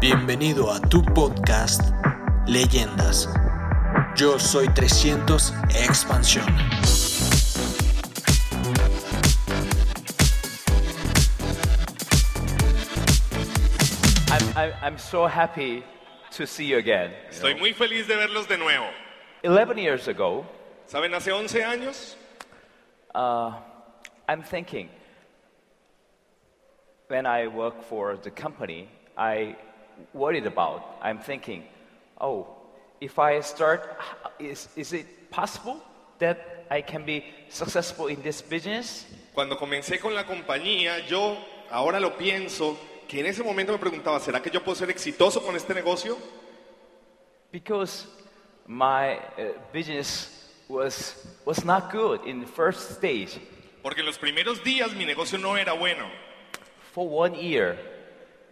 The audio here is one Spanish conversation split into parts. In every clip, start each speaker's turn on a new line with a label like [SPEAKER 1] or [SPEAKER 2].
[SPEAKER 1] Bienvenido a tu podcast Leyendas. Yo soy 300 Expansión.
[SPEAKER 2] I'm, I'm, I'm so happy to see you again.
[SPEAKER 3] Estoy muy feliz de verlos de nuevo.
[SPEAKER 2] 11 years ago,
[SPEAKER 3] ¿Saben? Hace 11 años
[SPEAKER 2] I'm thinking, when I work for the company, I worried about, I'm thinking, oh, if I start, is, is it possible that I can be successful in this business?
[SPEAKER 3] Cuando comencé con la compañía, yo ahora lo pienso, que en ese momento me preguntaba, ¿será que yo puedo ser exitoso con este negocio?
[SPEAKER 2] Because my uh, business was, was not good in the first stage.
[SPEAKER 3] Porque en los primeros días mi negocio no era bueno.
[SPEAKER 2] For one year,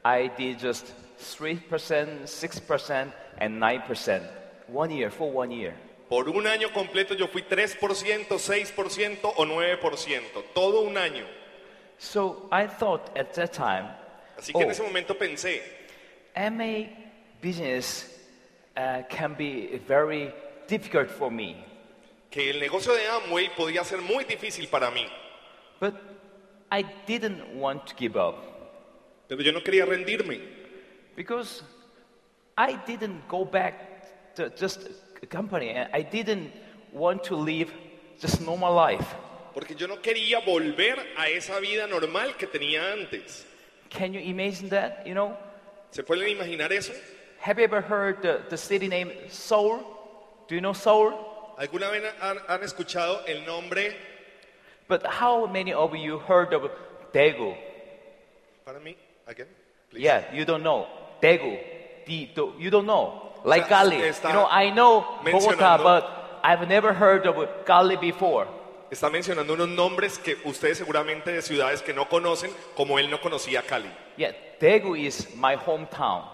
[SPEAKER 2] I did just 3%, 6%, and 9%. One year, for one year.
[SPEAKER 3] Por un año completo yo fui 3%, 6% o 9%, todo un año.
[SPEAKER 2] So I thought at that time,
[SPEAKER 3] Así que en
[SPEAKER 2] oh,
[SPEAKER 3] ese momento pensé,
[SPEAKER 2] MA business uh, can be very difficult for me.
[SPEAKER 3] que el negocio de Amway podía ser muy difícil para mí,
[SPEAKER 2] But I didn't want to give up
[SPEAKER 3] pero yo no quería rendirme,
[SPEAKER 2] because I didn't go back to just a company and I didn't want to live just normal life.
[SPEAKER 3] porque yo no quería volver a esa vida normal que tenía antes.
[SPEAKER 2] Can you imagine that? You know,
[SPEAKER 3] ¿Se pueden imaginar eso?
[SPEAKER 2] Have you ever heard the, the city name Seoul? Do you know Seoul?
[SPEAKER 3] ¿Alguna vez han, han escuchado el nombre
[SPEAKER 2] But how many of you heard of Daegu?
[SPEAKER 3] para mí? Again, please.
[SPEAKER 2] Yeah, you don't know. Daegu. The, the, you don't know. Like
[SPEAKER 3] Está-
[SPEAKER 2] Gali.
[SPEAKER 3] está
[SPEAKER 2] You know, I know Bogota,
[SPEAKER 3] mencionando-
[SPEAKER 2] but I've never heard of Gali before.
[SPEAKER 3] Está mencionando unos nombres que ustedes seguramente de ciudades que no conocen, como él no conocía Cali.
[SPEAKER 2] Yeah, Daegu is my hometown.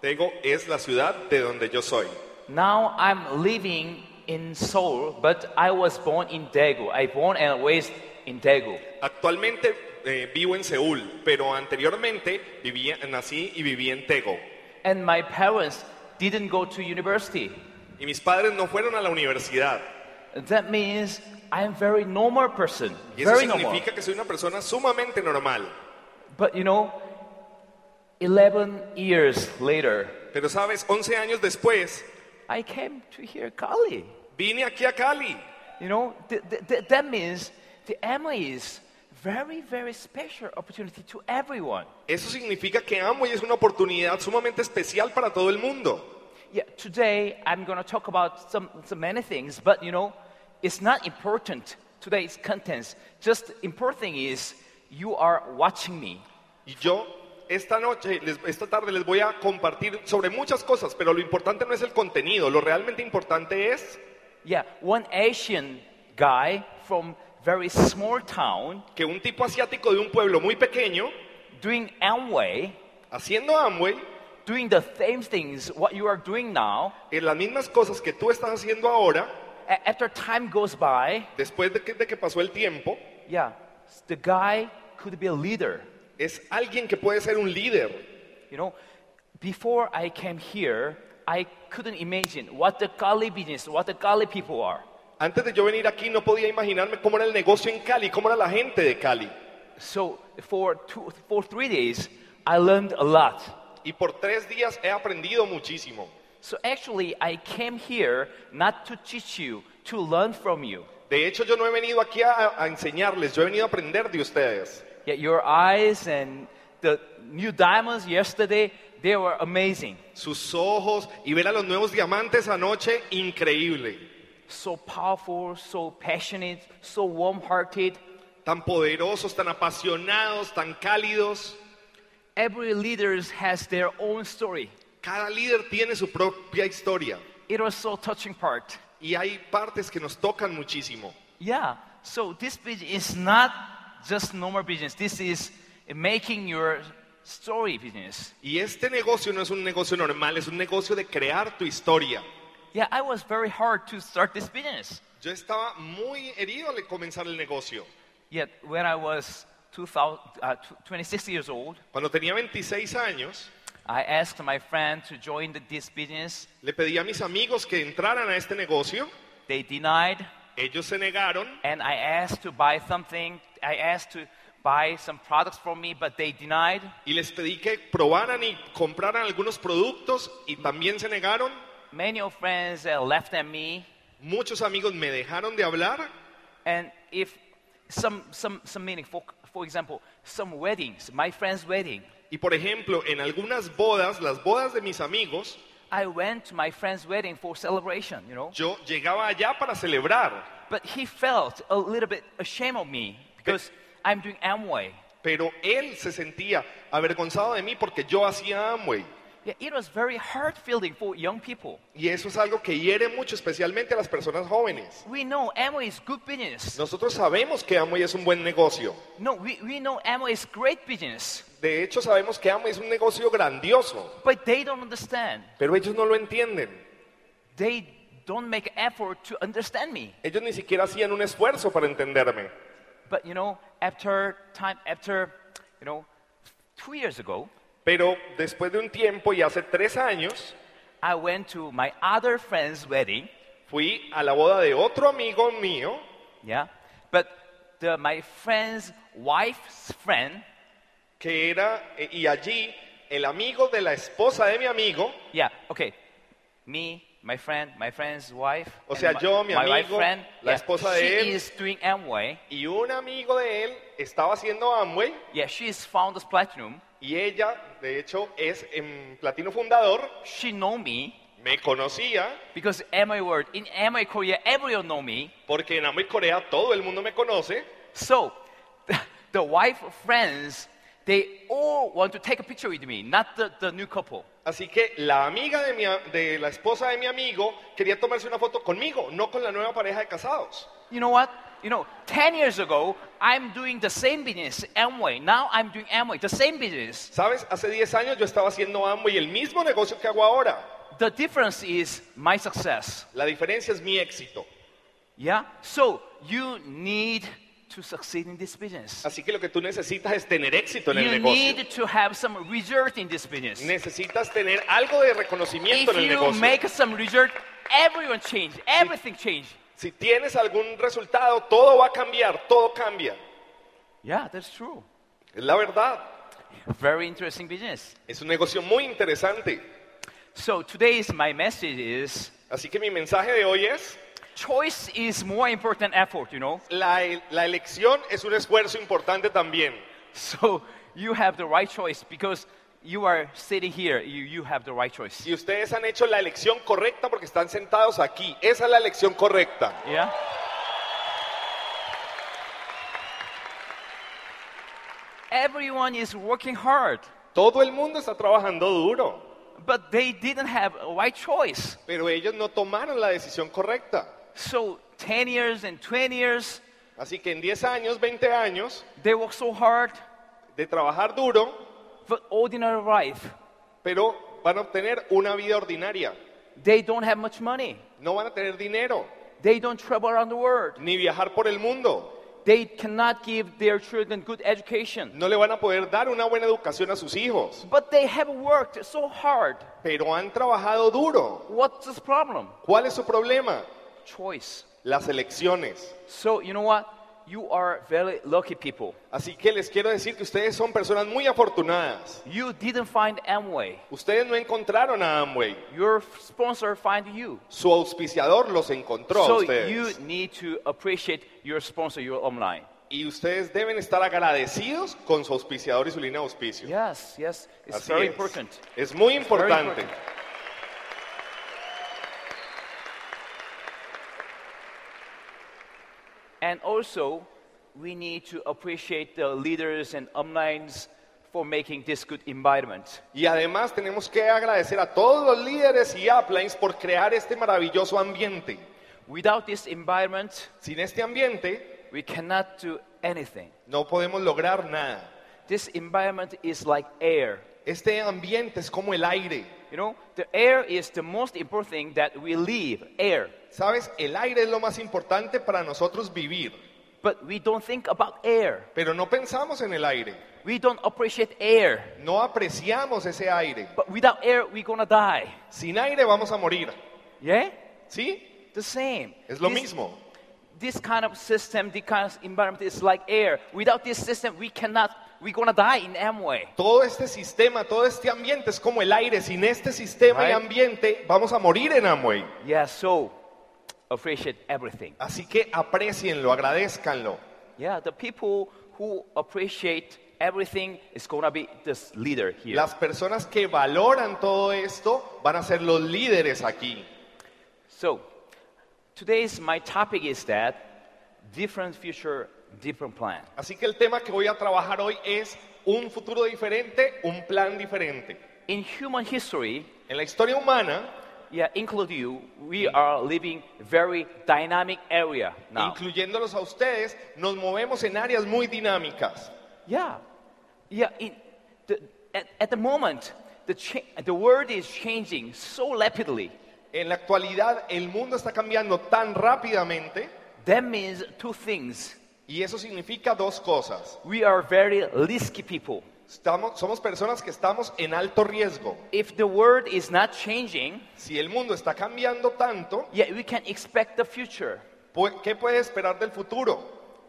[SPEAKER 3] Tego es la ciudad de donde yo soy.
[SPEAKER 2] Now I'm living in Seoul, but I was born in Daegu. I born and raised in Daegu.
[SPEAKER 3] Actualmente eh, vivo en Seúl, pero anteriormente vivía, nací y viví en Tego.
[SPEAKER 2] And my parents didn't go to university.
[SPEAKER 3] Y mis padres no fueron a la universidad.
[SPEAKER 2] That means I'm very normal person,
[SPEAKER 3] Y eso
[SPEAKER 2] very normal.
[SPEAKER 3] significa que soy una persona sumamente normal.
[SPEAKER 2] But you know, 11 years later,
[SPEAKER 3] Pero sabes, 11 años después,
[SPEAKER 2] I came to hear Kali.
[SPEAKER 3] vine aquí a Cali.
[SPEAKER 2] You know, th- th- th- that means the Emily is very, very special opportunity to everyone.
[SPEAKER 3] Eso significa que Amway es una oportunidad sumamente especial para todo el mundo.
[SPEAKER 2] Yeah, today I'm going to talk about some, some many things, but you know, it's not important today's contents. Just important thing is you are watching me.
[SPEAKER 3] Y yo esta noche, les- esta tarde les voy a compartir sobre muchas cosas, pero lo importante no es el contenido, lo realmente importante es
[SPEAKER 2] Yeah, one Asian guy from very small town
[SPEAKER 3] que un tipo asiático de un pueblo muy pequeño,
[SPEAKER 2] doing Amway,
[SPEAKER 3] haciendo Amway,
[SPEAKER 2] doing the same things what you are doing now.
[SPEAKER 3] en las mismas cosas que tú estás haciendo ahora,
[SPEAKER 2] A- after time goes by,
[SPEAKER 3] después de que, de que pasó el tiempo,
[SPEAKER 2] yeah, the guy could be a leader.
[SPEAKER 3] es alguien que puede ser un líder.
[SPEAKER 2] You know, before I came here, I couldn't imagine what the Kali business, what the Kali people are.
[SPEAKER 3] Antes de yo venir aquí no podía imaginarme cómo era el negocio en Cali, cómo era la gente de Cali.
[SPEAKER 2] So for two, for three days, I learned a lot.
[SPEAKER 3] Y por tres días he aprendido muchísimo.
[SPEAKER 2] So actually, I came here not to teach you, to learn from you.
[SPEAKER 3] De hecho, yo no he venido aquí a- a enseñarles, yo he venido a aprender de ustedes.
[SPEAKER 2] Yeah, your eyes and the new diamonds yesterday, they were amazing.
[SPEAKER 3] sus ojos y ver a los nuevos diamantes anoche, increíble.
[SPEAKER 2] So powerful, so passionate, so warm hearted.
[SPEAKER 3] Tan poderosos, tan apasionados, tan cálidos.
[SPEAKER 2] Every leader has their own story.
[SPEAKER 3] Cada líder tiene su propia historia
[SPEAKER 2] It was so touching part.
[SPEAKER 3] y hay partes que nos tocan muchísimo.
[SPEAKER 2] Yeah, so this business is not just normal business. This is making your story business.
[SPEAKER 3] Y este negocio no es un negocio normal, es un negocio de crear tu historia.
[SPEAKER 2] Yeah, I was very hard to start this business.
[SPEAKER 3] Yo estaba muy herido al comenzar el negocio.
[SPEAKER 2] Yet when I was 2000, uh, tw- 26 years old,
[SPEAKER 3] Cuando tenía 26 años,
[SPEAKER 2] I asked my friend to join the, this business.
[SPEAKER 3] Le pedí a mis amigos que entraran a este negocio.
[SPEAKER 2] They denied,
[SPEAKER 3] Ellos se negaron.
[SPEAKER 2] and I asked to buy something. I asked to buy some products for me, but they denied.
[SPEAKER 3] Y les pedí que probaran y compraran algunos productos y también se negaron.
[SPEAKER 2] Many of friends uh, left at me,
[SPEAKER 3] Muchos amigos me dejaron de hablar.
[SPEAKER 2] and if some some some meaning for for example, some weddings, my friend's wedding.
[SPEAKER 3] Y por ejemplo, en algunas bodas, las bodas de mis amigos,
[SPEAKER 2] I went to my friend's wedding for celebration, you know.
[SPEAKER 3] yo llegaba allá para celebrar.
[SPEAKER 2] But he felt a little bit ashamed of me because I'm doing Amway.
[SPEAKER 3] Pero él se sentía avergonzado de mí porque yo hacía Amway.
[SPEAKER 2] Yeah, it was very hard feeling for young people.
[SPEAKER 3] Y eso es algo que hiere mucho, especialmente a las personas jóvenes.
[SPEAKER 2] We know Amway is good business.
[SPEAKER 3] Nosotros sabemos que Amway es un buen negocio.
[SPEAKER 2] No, we, we know Amway is great business,
[SPEAKER 3] De hecho, sabemos que Amway es un negocio grandioso.
[SPEAKER 2] but they don't understand.
[SPEAKER 3] Pero ellos no lo entienden.
[SPEAKER 2] They don't make effort to understand me.
[SPEAKER 3] Ellos ni siquiera hacían un esfuerzo para entenderme.
[SPEAKER 2] But you know, after time, after, you know, two years ago,
[SPEAKER 3] Pero después de un tiempo y hace tres años,
[SPEAKER 2] I went to my other friend's wedding.
[SPEAKER 3] fui a la boda de otro amigo mío.
[SPEAKER 2] Yeah. But the, my friend's wife's friend,
[SPEAKER 3] que era, eh, y allí el amigo de la esposa de mi amigo,
[SPEAKER 2] yeah, okay, me, my friend, my friend's wife,
[SPEAKER 3] O
[SPEAKER 2] and
[SPEAKER 3] sea,
[SPEAKER 2] my,
[SPEAKER 3] yo, mi
[SPEAKER 2] my wife
[SPEAKER 3] amigo,
[SPEAKER 2] friend,
[SPEAKER 3] la
[SPEAKER 2] yeah,
[SPEAKER 3] esposa de
[SPEAKER 2] she
[SPEAKER 3] él.
[SPEAKER 2] is doing Amway.
[SPEAKER 3] y un amigo de él estaba haciendo Amway,
[SPEAKER 2] Yeah, she is Founders Platinum.
[SPEAKER 3] y ella, de hecho, es en platino fundador,
[SPEAKER 2] She know me
[SPEAKER 3] me conocía,
[SPEAKER 2] because Amway world in Amway Korea, everyone know me.
[SPEAKER 3] porque en Amway Corea todo el mundo me conoce,
[SPEAKER 2] So the, the wife friends, they all want to take a picture with me, not the, the new couple.
[SPEAKER 3] así que la amiga de, mi a- de la esposa de mi amigo quería tomarse una foto conmigo, no con la nueva pareja de casados.
[SPEAKER 2] You know what? You know, 10 years ago, I'm doing the same business, Amway. Now I'm doing Amway, the same business.
[SPEAKER 3] ¿Sabes? Hace 10 años yo estaba haciendo Amway, el mismo negocio que hago ahora.
[SPEAKER 2] The difference is my success.
[SPEAKER 3] La diferencia es mi éxito.
[SPEAKER 2] Yeah? So you need to succeed in this business.
[SPEAKER 3] Así que lo que tú necesitas es tener éxito en el
[SPEAKER 2] You
[SPEAKER 3] negocio.
[SPEAKER 2] need to have some result in this business.
[SPEAKER 3] Necesitas tener algo de reconocimiento en
[SPEAKER 2] If
[SPEAKER 3] el
[SPEAKER 2] you
[SPEAKER 3] negocio.
[SPEAKER 2] make some result, everyone change, everything change.
[SPEAKER 3] Si tienes algún resultado, todo va a cambiar, todo cambia.
[SPEAKER 2] Yeah, that's true.
[SPEAKER 3] Es la verdad.
[SPEAKER 2] Very interesting business.
[SPEAKER 3] Es un negocio muy interesante.
[SPEAKER 2] So today's my message is
[SPEAKER 3] Así que mi mensaje de hoy es,
[SPEAKER 2] choice is more important than effort, you know.
[SPEAKER 3] la, e- la elección es un esfuerzo importante también.
[SPEAKER 2] So you have the right choice because you are sitting here, you, you have the right choice.
[SPEAKER 3] Y ustedes han hecho la elección correcta porque están sentados aquí. Esa es la elección correcta.
[SPEAKER 2] Yeah? Everyone is working hard,
[SPEAKER 3] Todo el mundo está trabajando duro,
[SPEAKER 2] but they didn't have a right choice.
[SPEAKER 3] pero ellos no tomaron la decisión correcta.
[SPEAKER 2] So 10 years and 20 years,
[SPEAKER 3] Así que en 10 años, 20 años
[SPEAKER 2] they work so hard
[SPEAKER 3] de trabajar duro,
[SPEAKER 2] for ordinary life.
[SPEAKER 3] pero van a obtener una vida ordinaria.
[SPEAKER 2] They don't have much money.
[SPEAKER 3] No van a tener dinero,
[SPEAKER 2] They don't travel around the world.
[SPEAKER 3] ni viajar por el mundo.
[SPEAKER 2] They cannot give their children good education.
[SPEAKER 3] No le van a poder dar una buena educación a sus hijos.
[SPEAKER 2] But they have worked so hard.
[SPEAKER 3] Pero han trabajado duro.
[SPEAKER 2] What's the problem?
[SPEAKER 3] ¿Cuál es su problema?
[SPEAKER 2] Choice.
[SPEAKER 3] Las elecciones.
[SPEAKER 2] So, you know what? You are very lucky people.
[SPEAKER 3] Así que les quiero decir que ustedes son personas muy afortunadas.
[SPEAKER 2] You didn't find Amway.
[SPEAKER 3] Ustedes no encontraron a Amway.
[SPEAKER 2] Your sponsor find you.
[SPEAKER 3] Su auspiciador los encontró a
[SPEAKER 2] so you
[SPEAKER 3] ustedes.
[SPEAKER 2] need to appreciate your sponsor, your online.
[SPEAKER 3] Y ustedes deben estar agradecidos con su auspiciador y su línea de auspicio.
[SPEAKER 2] Yes, yes. It's
[SPEAKER 3] Así
[SPEAKER 2] very
[SPEAKER 3] es.
[SPEAKER 2] important.
[SPEAKER 3] Es muy
[SPEAKER 2] very
[SPEAKER 3] importante.
[SPEAKER 2] important. And also, we need to appreciate the leaders and alumni's for making this good environment.
[SPEAKER 3] Y además tenemos que agradecer a todos los líderes y uplines por crear este maravilloso ambiente.
[SPEAKER 2] Without this environment,
[SPEAKER 3] Sin este ambiente
[SPEAKER 2] we cannot do anything.
[SPEAKER 3] no podemos lograr nada.
[SPEAKER 2] This environment is like air.
[SPEAKER 3] Este ambiente es como el aire.
[SPEAKER 2] You know, the air is the most important thing that we live, air.
[SPEAKER 3] Sabes, el aire es lo más importante para nosotros vivir,
[SPEAKER 2] But we don't think about air.
[SPEAKER 3] pero no pensamos en el aire.
[SPEAKER 2] We don't appreciate air.
[SPEAKER 3] No apreciamos ese aire.
[SPEAKER 2] But without air, we're gonna die.
[SPEAKER 3] Sin aire vamos a morir.
[SPEAKER 2] Yeah?
[SPEAKER 3] ¿Sí?
[SPEAKER 2] The same.
[SPEAKER 3] Es lo
[SPEAKER 2] This-
[SPEAKER 3] mismo.
[SPEAKER 2] This kind of system, this kind of environment is like air. Without this system, we cannot, we're gonna die in Amway.
[SPEAKER 3] Todo este sistema, todo este ambiente es como el aire. Sin este sistema y
[SPEAKER 2] Right.
[SPEAKER 3] ambiente vamos a morir en Amway.
[SPEAKER 2] Yeah, so appreciate everything.
[SPEAKER 3] Así que aprecienlo, agradezcanlo.
[SPEAKER 2] Yeah, the people who appreciate everything is gonna be this leader here.
[SPEAKER 3] Las personas que valoran todo esto van a ser los líderes aquí.
[SPEAKER 2] So, today's my topic is that different future, different plan.
[SPEAKER 3] Así que el tema que voy a trabajar hoy es un futuro diferente, un plan diferente.
[SPEAKER 2] In human history,
[SPEAKER 3] En la historia humana,
[SPEAKER 2] yeah, include you, we are living very dynamic area now.
[SPEAKER 3] incluyéndolos a ustedes, nos movemos en áreas muy dinámicas.
[SPEAKER 2] yeah, yeah. In the, at, at the moment, the cha- the world is changing so rapidly.
[SPEAKER 3] En la actualidad, el mundo está cambiando tan rápidamente
[SPEAKER 2] That means two things:
[SPEAKER 3] y eso significa dos cosas.
[SPEAKER 2] we are very risky people.
[SPEAKER 3] Estamos, somos personas que estamos en alto riesgo.
[SPEAKER 2] If the world is not changing,
[SPEAKER 3] Si el mundo está cambiando tanto,
[SPEAKER 2] yeah, we can expect the future.
[SPEAKER 3] pu- ¿qué puede esperar del futuro?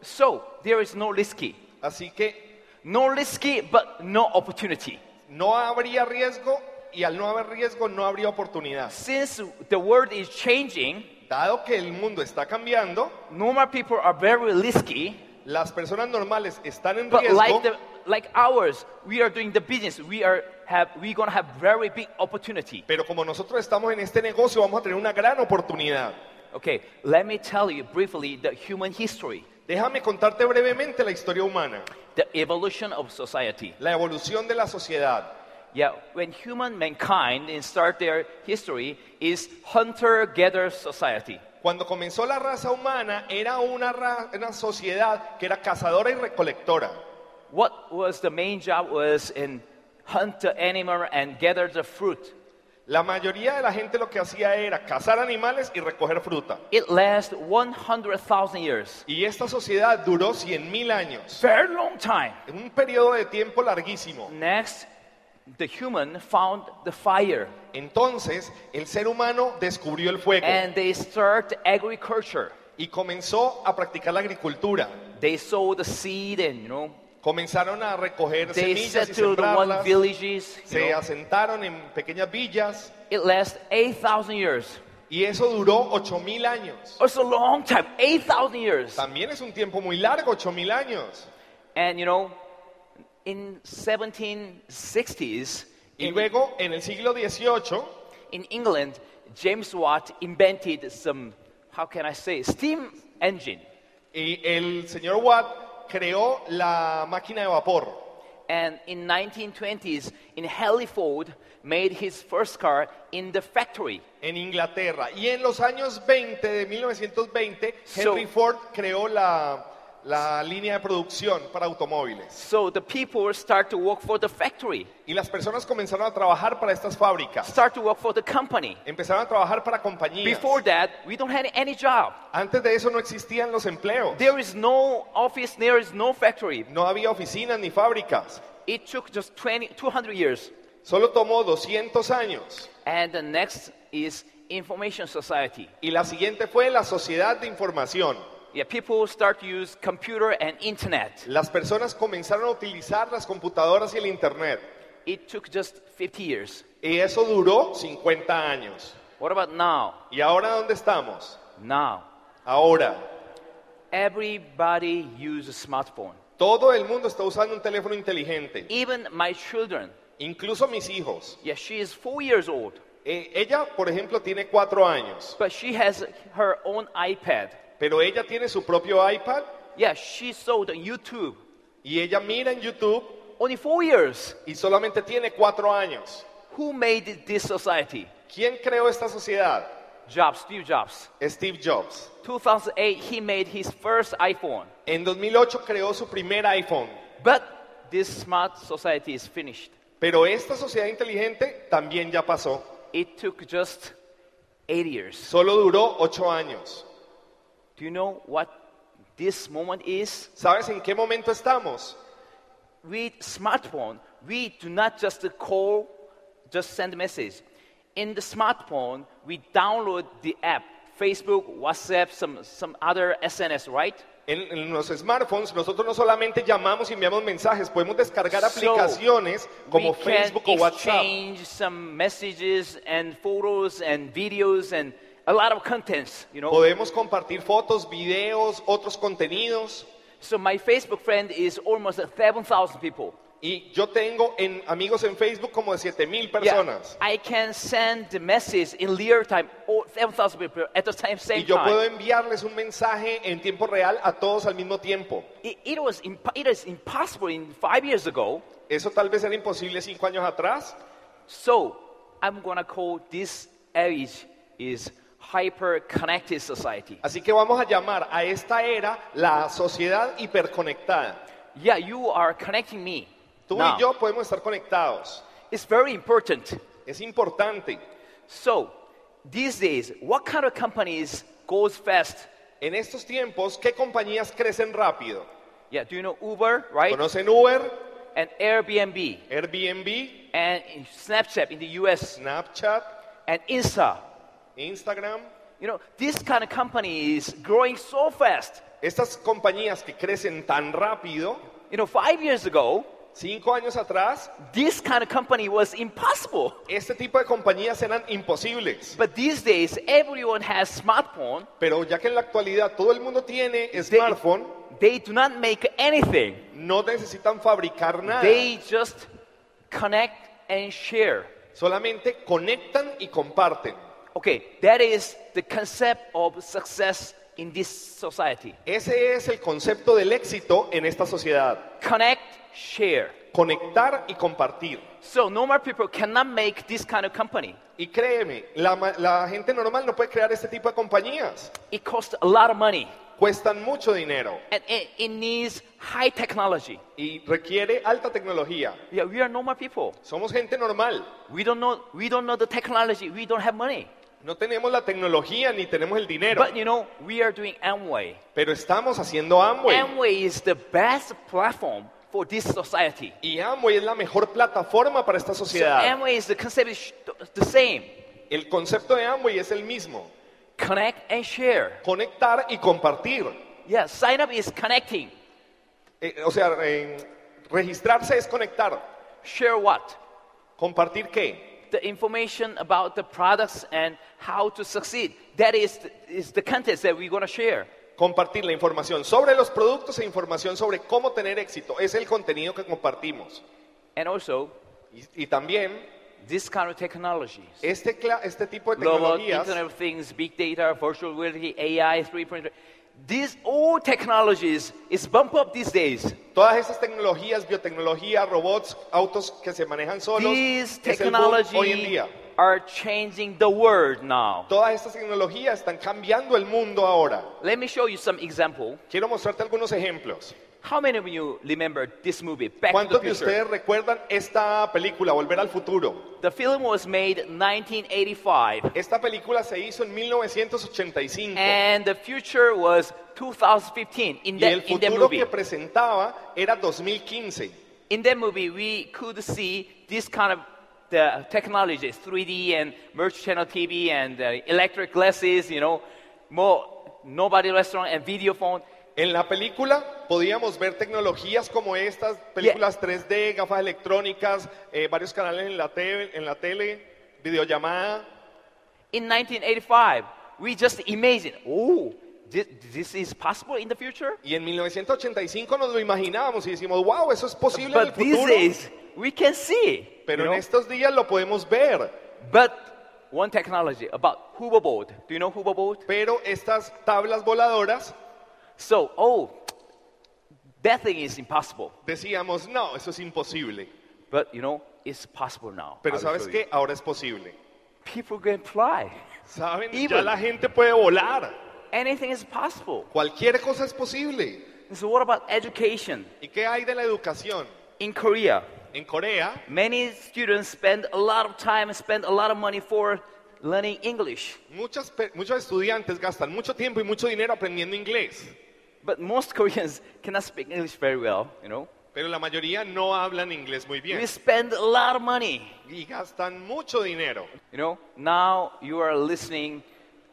[SPEAKER 2] So there is no risky.
[SPEAKER 3] Así que
[SPEAKER 2] No risky, but no opportunity.
[SPEAKER 3] no habría riesgo y al no haber riesgo no habría oportunidad.
[SPEAKER 2] Since the world is changing,
[SPEAKER 3] Dado que el mundo está cambiando,
[SPEAKER 2] normal people are very risky.
[SPEAKER 3] las personas normales están en
[SPEAKER 2] But
[SPEAKER 3] riesgo,
[SPEAKER 2] like the like ours, we are doing the business. We are have we gonna have very big opportunity.
[SPEAKER 3] pero como nosotros estamos en este negocio vamos a tener una gran oportunidad.
[SPEAKER 2] Okay, let me tell you briefly the human history,
[SPEAKER 3] Déjame contarte brevemente la historia humana,
[SPEAKER 2] the evolution of society.
[SPEAKER 3] la evolución de la sociedad.
[SPEAKER 2] Yeah, when human mankind in start their history is hunter-gatherer society.
[SPEAKER 3] Cuando comenzó la raza humana era una, ra- una sociedad que era cazadora y recolectora.
[SPEAKER 2] What was the main job was in hunt the animal and gather the fruit.
[SPEAKER 3] La mayoría de la gente lo que hacía era cazar animales y recoger fruta.
[SPEAKER 2] It lasted 100,000 years.
[SPEAKER 3] Y esta sociedad duró 100.000 años,
[SPEAKER 2] Very long time.
[SPEAKER 3] en un periodo de tiempo larguísimo.
[SPEAKER 2] Next, the human found the fire
[SPEAKER 3] Entonces, el ser humano descubrió el fuego
[SPEAKER 2] and they start agriculture.
[SPEAKER 3] y comenzó a practicar la agricultura.
[SPEAKER 2] They sow the seed and you know
[SPEAKER 3] Comenzaron a recoger
[SPEAKER 2] they
[SPEAKER 3] semillas y
[SPEAKER 2] settled the one
[SPEAKER 3] sembrarlas.
[SPEAKER 2] villages. you
[SPEAKER 3] Se
[SPEAKER 2] know.
[SPEAKER 3] asentaron en pequeñas villas
[SPEAKER 2] It lasted 8,000 years.
[SPEAKER 3] y eso duró 8000 años.
[SPEAKER 2] It's a long time, 8,000 years.
[SPEAKER 3] También es un tiempo muy largo, 8000 años.
[SPEAKER 2] And you know, in 1760s,
[SPEAKER 3] Y
[SPEAKER 2] in-
[SPEAKER 3] luego, en el siglo XVIII,
[SPEAKER 2] In England, James Watt invented some, how can I say, steam engine.
[SPEAKER 3] Y el señor Watt creó la máquina de vapor.
[SPEAKER 2] And in 1920s, in Halifax, made his first car in the factory.
[SPEAKER 3] En Inglaterra. Y en los años 20 de 1920, Henry
[SPEAKER 2] So-
[SPEAKER 3] Ford creó la, la línea de producción para automóviles.
[SPEAKER 2] So the people start to work for the factory,
[SPEAKER 3] Y las personas comenzaron a trabajar para estas fábricas.
[SPEAKER 2] start to work for the company.
[SPEAKER 3] Empezaron a trabajar para compañías.
[SPEAKER 2] Before that, we don't have any job.
[SPEAKER 3] Antes de eso no existían los empleos.
[SPEAKER 2] There is no office, there is no factory.
[SPEAKER 3] No había oficinas ni fábricas.
[SPEAKER 2] It took just 20, 200 years.
[SPEAKER 3] Solo tomó 200 años.
[SPEAKER 2] And the next is information society.
[SPEAKER 3] Y la siguiente fue la sociedad de información.
[SPEAKER 2] Yeah, people start to use computer and internet.
[SPEAKER 3] Las personas comenzaron a utilizar las computadoras y el Internet.
[SPEAKER 2] It took just 50 years.
[SPEAKER 3] Y eso duró 50 años.
[SPEAKER 2] What about now?
[SPEAKER 3] ¿Y ahora dónde estamos?
[SPEAKER 2] Now,
[SPEAKER 3] Ahora,
[SPEAKER 2] everybody uses smartphone.
[SPEAKER 3] todo el mundo está usando un teléfono inteligente,
[SPEAKER 2] Even my children.
[SPEAKER 3] incluso mis hijos.
[SPEAKER 2] Yeah, she is four years old,
[SPEAKER 3] Eh, ella, por ejemplo, tiene 4 años,
[SPEAKER 2] but she has her own iPad.
[SPEAKER 3] pero ella tiene su propio iPad
[SPEAKER 2] Yeah, she saw the YouTube.
[SPEAKER 3] y ella mira en YouTube
[SPEAKER 2] Only four years.
[SPEAKER 3] y solamente tiene 4 años.
[SPEAKER 2] Who made this society?
[SPEAKER 3] ¿Quién creó esta sociedad?
[SPEAKER 2] Jobs, Steve Jobs.
[SPEAKER 3] Steve Jobs.
[SPEAKER 2] 2008, he made his first iPhone.
[SPEAKER 3] En 2008 creó su primer iPhone,
[SPEAKER 2] But this smart society is finished.
[SPEAKER 3] pero esta sociedad inteligente también ya pasó.
[SPEAKER 2] It took just eight years.
[SPEAKER 3] Solo duró 8 años.
[SPEAKER 2] Do you know what this moment is?
[SPEAKER 3] ¿Sabes en qué momento estamos?
[SPEAKER 2] with smartphone, we do not just call, just send message. In the smartphone, we download the app, Facebook, WhatsApp, some, some other SNS, right?
[SPEAKER 3] En, en los smartphones nosotros no solamente llamamos y enviamos mensajes, podemos descargar aplicaciones como
[SPEAKER 2] we can
[SPEAKER 3] Facebook o WhatsApp.
[SPEAKER 2] exchange some messages and photos and videos and a lot of contents, you know.
[SPEAKER 3] Podemos compartir fotos, videos, otros contenidos.
[SPEAKER 2] So my Facebook friend is almost 7,000 people.
[SPEAKER 3] Y yo tengo en, amigos en Facebook como de 7000
[SPEAKER 2] Yeah,
[SPEAKER 3] personas.
[SPEAKER 2] I can send the message in real time, all 7,000 people at the same,
[SPEAKER 3] Y
[SPEAKER 2] same
[SPEAKER 3] yo puedo
[SPEAKER 2] time.
[SPEAKER 3] enviarles un mensaje en tiempo real a todos al mismo tiempo.
[SPEAKER 2] It, it, was imp- it is impossible in five years ago.
[SPEAKER 3] Eso tal vez era imposible cinco años atrás.
[SPEAKER 2] So I'm going to call this age is hyper-connected society.
[SPEAKER 3] Así que vamos a llamar a esta era la sociedad hiperconectada.
[SPEAKER 2] Yeah, you are connecting me.
[SPEAKER 3] Tú
[SPEAKER 2] now.
[SPEAKER 3] y yo podemos estar conectados.
[SPEAKER 2] It's very important.
[SPEAKER 3] Es importante.
[SPEAKER 2] So these days, what kind of companies goes fast?
[SPEAKER 3] En estos tiempos, ¿qué compañías crecen rápido?
[SPEAKER 2] Yeah, do you know Uber, right?
[SPEAKER 3] ¿Conocen Uber,
[SPEAKER 2] And Airbnb
[SPEAKER 3] Airbnb,
[SPEAKER 2] and Snapchat in the US
[SPEAKER 3] Snapchat,
[SPEAKER 2] and Insta.
[SPEAKER 3] Instagram?
[SPEAKER 2] You know, this kind of company is growing so fast.
[SPEAKER 3] Estas compañías que crecen tan rápido,
[SPEAKER 2] You know, five years ago,
[SPEAKER 3] cinco años atrás,
[SPEAKER 2] this kind of company was impossible.
[SPEAKER 3] este tipo de compañías eran imposibles.
[SPEAKER 2] But these days, everyone has smartphone.
[SPEAKER 3] Pero ya que en la actualidad todo el mundo tiene
[SPEAKER 2] They,
[SPEAKER 3] smartphone,
[SPEAKER 2] they do not make anything.
[SPEAKER 3] no necesitan fabricar nada.
[SPEAKER 2] They just connect and share.
[SPEAKER 3] Solamente conectan y comparten.
[SPEAKER 2] Okay, that is the concept of success in this society.
[SPEAKER 3] Ese es el concepto del éxito en esta sociedad.
[SPEAKER 2] Connect, share.
[SPEAKER 3] Conectar y compartir.
[SPEAKER 2] So normal people cannot make this kind of company.
[SPEAKER 3] Y créeme, la, ma- la gente normal no puede crear este tipo de compañías.
[SPEAKER 2] It costs a lot of money
[SPEAKER 3] Cuestan mucho dinero
[SPEAKER 2] and it, it needs high technology.
[SPEAKER 3] y requiere alta tecnología.
[SPEAKER 2] Yeah, we are normal people.
[SPEAKER 3] Somos gente normal.
[SPEAKER 2] We don't know we don't know the technology. We don't have money.
[SPEAKER 3] No tenemos la tecnología ni tenemos el dinero,
[SPEAKER 2] But you know, we are doing Amway.
[SPEAKER 3] pero estamos haciendo Amway.
[SPEAKER 2] Amway is the best platform for this society.
[SPEAKER 3] Y Amway es la mejor plataforma para esta
[SPEAKER 2] So
[SPEAKER 3] sociedad.
[SPEAKER 2] Amway is the concept is sh- the same.
[SPEAKER 3] El concepto de Amway es el mismo.
[SPEAKER 2] Connect and share.
[SPEAKER 3] Conectar y compartir.
[SPEAKER 2] Yeah, sign up is connecting.
[SPEAKER 3] Eh, o sea, eh, registrarse es conectar.
[SPEAKER 2] Share what?
[SPEAKER 3] ¿Compartir qué?
[SPEAKER 2] The information about the products and how to succeed. That is the, is the content that we're going to share.
[SPEAKER 3] Compartir la información sobre los productos e información sobre cómo tener éxito. Es el contenido que compartimos.
[SPEAKER 2] And also,
[SPEAKER 3] Y, y también
[SPEAKER 2] this kind of technology.
[SPEAKER 3] este, cla- este tipo de
[SPEAKER 2] Global
[SPEAKER 3] tecnologías,
[SPEAKER 2] Internet of Things, Big Data, virtual reality, AI, 3.0. These all technologies is bump up these days.
[SPEAKER 3] todas estas tecnologías, biotecnología, robots, autos que se manejan solos,
[SPEAKER 2] These
[SPEAKER 3] es el boom hoy en
[SPEAKER 2] technology
[SPEAKER 3] día.
[SPEAKER 2] are changing the world now.
[SPEAKER 3] Todas estas tecnologías están cambiando el mundo ahora.
[SPEAKER 2] Let me show you some example.
[SPEAKER 3] Quiero mostrarte algunos ejemplos.
[SPEAKER 2] How many of you remember this movie, Back to the
[SPEAKER 3] ¿Cuántos de
[SPEAKER 2] Future?
[SPEAKER 3] ustedes recuerdan esta película, Volver al Futuro?
[SPEAKER 2] The film was made 1985,
[SPEAKER 3] Esta película se hizo en 1985
[SPEAKER 2] and the future was 2015. In
[SPEAKER 3] y
[SPEAKER 2] the,
[SPEAKER 3] el
[SPEAKER 2] in the
[SPEAKER 3] futuro
[SPEAKER 2] movie,
[SPEAKER 3] que presentaba era 2015.
[SPEAKER 2] in that movie, we could see this kind of the technologies, 3D and merge channel TV and uh, electric glasses, you know, more nobody restaurant and video phone.
[SPEAKER 3] En la película podíamos ver tecnologías como estas, películas 3D, gafas electrónicas, eh, varios canales en la, tele, en la tele, videollamada.
[SPEAKER 2] In 1985, we just imagined, oh, this, this is possible in the future.
[SPEAKER 3] Y en 1985 nos lo imaginábamos y decimos, wow, eso es posible en el
[SPEAKER 2] But these
[SPEAKER 3] futuro.
[SPEAKER 2] days, we can see. you
[SPEAKER 3] Pero
[SPEAKER 2] know?
[SPEAKER 3] en estos días lo podemos ver.
[SPEAKER 2] But one technology about hoverboard. Do you know hoverboard?
[SPEAKER 3] Pero estas tablas voladoras
[SPEAKER 2] So, oh, that thing is impossible.
[SPEAKER 3] decíamos, no, eso es imposible.
[SPEAKER 2] But you know, it's possible now. I
[SPEAKER 3] Pero
[SPEAKER 2] will
[SPEAKER 3] ¿sabes
[SPEAKER 2] show
[SPEAKER 3] qué? Ahora es posible.
[SPEAKER 2] you. People can fly.
[SPEAKER 3] ¿Saben? Ya
[SPEAKER 2] Even.
[SPEAKER 3] la gente puede volar.
[SPEAKER 2] Anything is possible.
[SPEAKER 3] Cualquier cosa es posible.
[SPEAKER 2] So, what about education?
[SPEAKER 3] ¿Y qué hay de la educación?
[SPEAKER 2] In Korea,
[SPEAKER 3] En Corea
[SPEAKER 2] many students spend a lot of time, spend a lot of money for learning English.
[SPEAKER 3] Muchas pe- muchos estudiantes gastan mucho tiempo y mucho dinero aprendiendo inglés,
[SPEAKER 2] But most Koreans cannot speak English very well, you know.
[SPEAKER 3] Pero la mayoría no hablan inglés muy bien
[SPEAKER 2] We spend a lot of money.
[SPEAKER 3] y gastan mucho dinero.
[SPEAKER 2] You know, now you are listening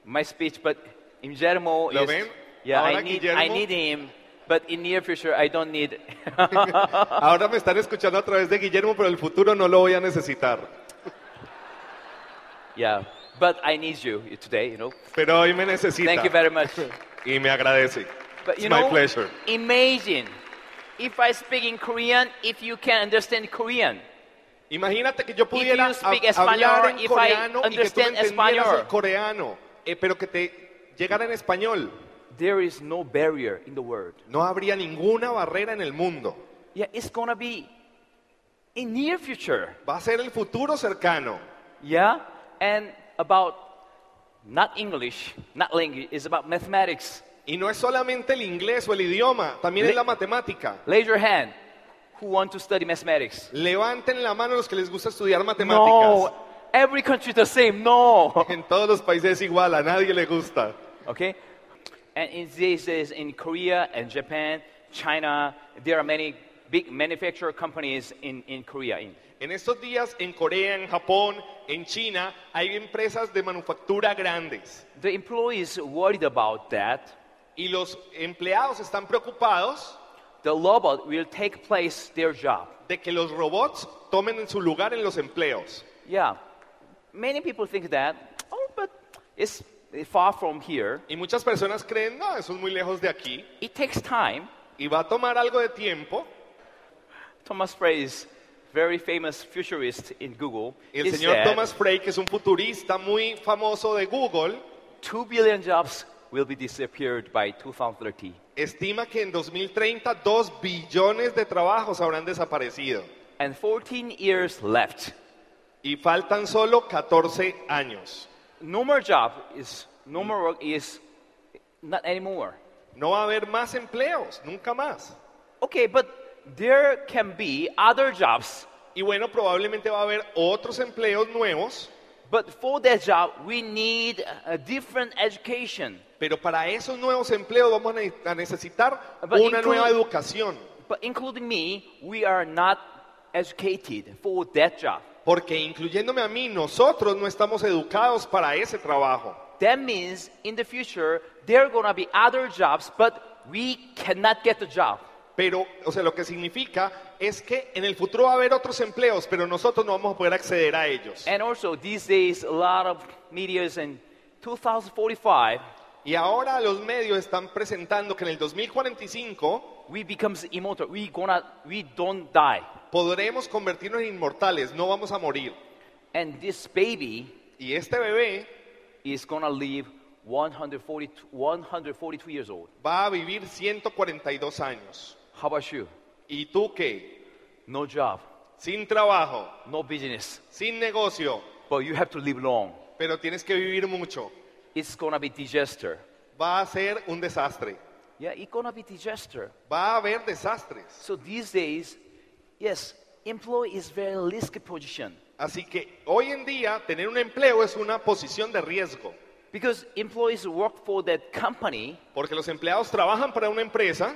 [SPEAKER 2] my speech, but in Guillermo
[SPEAKER 3] ¿Lo
[SPEAKER 2] is,
[SPEAKER 3] ven?
[SPEAKER 2] yeah,
[SPEAKER 3] Ahora
[SPEAKER 2] I need, I
[SPEAKER 3] Guillermo-
[SPEAKER 2] need him, but in near future I don't need.
[SPEAKER 3] Ahora me están escuchando a través de Guillermo, pero en el futuro no lo voy a necesitar.
[SPEAKER 2] yeah, but I need you today. You know,
[SPEAKER 3] Pero hoy me necesita
[SPEAKER 2] thank you very much.
[SPEAKER 3] y me agradece.
[SPEAKER 2] But
[SPEAKER 3] It's
[SPEAKER 2] you
[SPEAKER 3] my
[SPEAKER 2] know,
[SPEAKER 3] pleasure.
[SPEAKER 2] imagine if I speak in Korean, if you can understand Korean.
[SPEAKER 3] Imagínate que yo pudiera
[SPEAKER 2] you speak
[SPEAKER 3] hab-
[SPEAKER 2] Espanol,
[SPEAKER 3] hablar en
[SPEAKER 2] if I
[SPEAKER 3] coreano y que tú me
[SPEAKER 2] understand
[SPEAKER 3] entendieras
[SPEAKER 2] Espanol.
[SPEAKER 3] el coreano, eh, pero que te llegara en español.
[SPEAKER 2] There is no barrier in the world.
[SPEAKER 3] No habría ninguna barrera en el mundo.
[SPEAKER 2] Yeah, it's gonna be in near future.
[SPEAKER 3] Va a ser el futuro cercano.
[SPEAKER 2] Yeah, and about not English, not language. It's about mathematics.
[SPEAKER 3] Y no es solamente el inglés o el idioma, también
[SPEAKER 2] Le-
[SPEAKER 3] es la matemática.
[SPEAKER 2] Raise your hand. Who want to study mathematics?
[SPEAKER 3] Levanten la mano los que les gusta estudiar matemáticas.
[SPEAKER 2] No, every country the same. No.
[SPEAKER 3] En todos los países es igual, a nadie le gusta.
[SPEAKER 2] okay, and in these days in Korea and Japan, China, there are many big manufacturer companies in in Korea. In
[SPEAKER 3] En estos días en Corea, en Japón, en China, hay empresas de manufactura grandes.
[SPEAKER 2] the employees worried about that.
[SPEAKER 3] Y los empleados están preocupados
[SPEAKER 2] The robot will take place their job.
[SPEAKER 3] de que los robots tomen en su lugar en los empleos.
[SPEAKER 2] Yeah, many people think that. Oh, but it's far from here.
[SPEAKER 3] Y muchas personas creen, no, eso es muy lejos de aquí.
[SPEAKER 2] It takes time.
[SPEAKER 3] Y va a tomar algo de tiempo.
[SPEAKER 2] Thomas Frey is very famous futurist in Google.
[SPEAKER 3] Y el
[SPEAKER 2] He
[SPEAKER 3] señor
[SPEAKER 2] said,
[SPEAKER 3] Thomas Frey, que es un futurista muy famoso de Google,
[SPEAKER 2] Two billion jobs will be disappeared by 2030.
[SPEAKER 3] estima que en 2030 dos billones de trabajos habrán desaparecido.
[SPEAKER 2] And 14 years left.
[SPEAKER 3] Y faltan solo 14 años.
[SPEAKER 2] No more job is, no more work is not anymore.
[SPEAKER 3] No va a haber más empleos, nunca más.
[SPEAKER 2] Okay, but there can be other jobs.
[SPEAKER 3] Y bueno, probablemente va a haber otros empleos nuevos,
[SPEAKER 2] But for that job, we need a different education.
[SPEAKER 3] pero para esos nuevos empleos vamos a ne- a necesitar
[SPEAKER 2] But
[SPEAKER 3] una
[SPEAKER 2] include-
[SPEAKER 3] nueva educación.
[SPEAKER 2] But including me, we are not educated for that job.
[SPEAKER 3] Porque incluyéndome a mí, nosotros no estamos educados para ese trabajo.
[SPEAKER 2] That means in the future there are gonna be other jobs, but we cannot get the job.
[SPEAKER 3] Pero, o sea, lo que significa es que en el futuro va a haber otros empleos, pero nosotros no vamos a poder acceder a ellos.
[SPEAKER 2] And also these days, a lot of medias in 2045
[SPEAKER 3] Y ahora los medios están presentando que en el 2045
[SPEAKER 2] we becomes immortal. We gonna we don't die.
[SPEAKER 3] podremos convertirnos en inmortales, no vamos a morir.
[SPEAKER 2] And this baby
[SPEAKER 3] Y este bebé
[SPEAKER 2] is gonna live 142, 142 years old.
[SPEAKER 3] va a vivir 142 años.
[SPEAKER 2] How about you?
[SPEAKER 3] ¿Y tú qué?
[SPEAKER 2] No job,
[SPEAKER 3] Sin trabajo,
[SPEAKER 2] no business,
[SPEAKER 3] sin negocio,
[SPEAKER 2] but you have to live long.
[SPEAKER 3] pero tienes que vivir mucho.
[SPEAKER 2] It's gonna be disaster.
[SPEAKER 3] Va a ser un desastre.
[SPEAKER 2] Yeah, it's gonna be disaster.
[SPEAKER 3] Va a haber desastres.
[SPEAKER 2] So these days, yes, employee is very risky position
[SPEAKER 3] Así que hoy en día tener un empleo es una posición de riesgo.
[SPEAKER 2] because employees work for that company,
[SPEAKER 3] Porque los empleados trabajan para una empresa,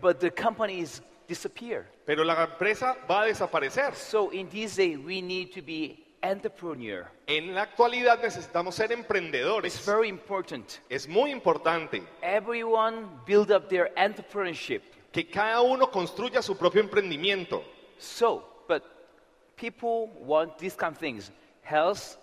[SPEAKER 2] but the company is disappear.
[SPEAKER 3] pero la empresa va a desaparecer.
[SPEAKER 2] So in these days, we need to be entrepreneur.
[SPEAKER 3] En la actualidad necesitamos ser
[SPEAKER 2] It's
[SPEAKER 3] emprendedores.
[SPEAKER 2] very important.
[SPEAKER 3] Es muy importante
[SPEAKER 2] Everyone build up their entrepreneurship.
[SPEAKER 3] que cada uno construya su propio emprendimiento.
[SPEAKER 2] So, but people want these kind of things: health,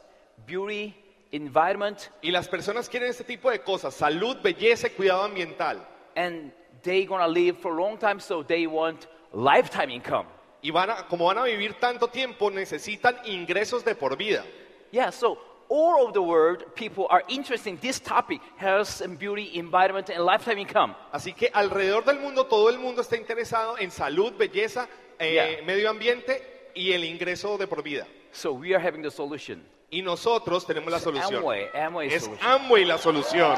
[SPEAKER 2] beauty, environment,
[SPEAKER 3] Y las personas quieren este tipo de cosas, salud, belleza y cuidado ambiental.
[SPEAKER 2] and they gonna live for a long time. So they want lifetime income.
[SPEAKER 3] Y van a- como van a vivir tanto tiempo, necesitan ingresos de por vida.
[SPEAKER 2] Yeah, so all over the world, people are interested in this topic health and beauty, environment, and lifetime income.
[SPEAKER 3] Así que alrededor del mundo, todo el mundo está interesado en salud, belleza, eh,
[SPEAKER 2] Yeah.
[SPEAKER 3] medio ambiente y el ingreso de por vida.
[SPEAKER 2] So we are having the solution.
[SPEAKER 3] Y nosotros tenemos la
[SPEAKER 2] It's
[SPEAKER 3] solución.
[SPEAKER 2] Amway, Amway
[SPEAKER 3] es
[SPEAKER 2] solution.
[SPEAKER 3] Amway la solución.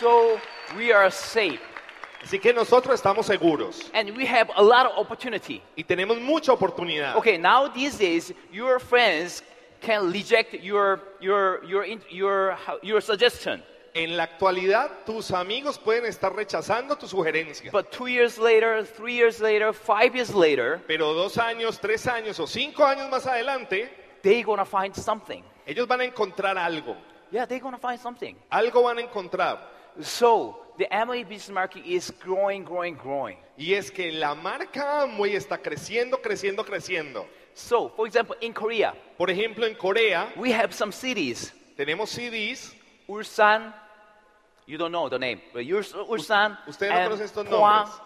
[SPEAKER 2] So we are safe
[SPEAKER 3] Así que nosotros estamos seguros
[SPEAKER 2] and we have a lot of opportunity.
[SPEAKER 3] y tenemos mucha oportunidad.
[SPEAKER 2] Okay, now these days, your friends can reject your, your, your, in- your, your suggestion.
[SPEAKER 3] En la actualidad, tus amigos pueden estar rechazando tu sugerencia.
[SPEAKER 2] But two years later, three years later, five years later,
[SPEAKER 3] Pero dos años, tres años o cinco años más adelante,
[SPEAKER 2] they're gonna find something.
[SPEAKER 3] ellos van a encontrar algo.
[SPEAKER 2] Yeah, they're gonna find something.
[SPEAKER 3] Algo van a encontrar.
[SPEAKER 2] So the Amway business market is growing, growing, growing.
[SPEAKER 3] Y es que la marca Amway está creciendo, creciendo, creciendo.
[SPEAKER 2] So, for example, in Korea,
[SPEAKER 3] Por ejemplo, en Corea
[SPEAKER 2] we have some cities.
[SPEAKER 3] tenemos CDs.
[SPEAKER 2] Ulsan, you don't know the name, but Urs- Ulsan
[SPEAKER 3] ustedes no
[SPEAKER 2] and
[SPEAKER 3] conocen estos
[SPEAKER 2] Pohang
[SPEAKER 3] nombres.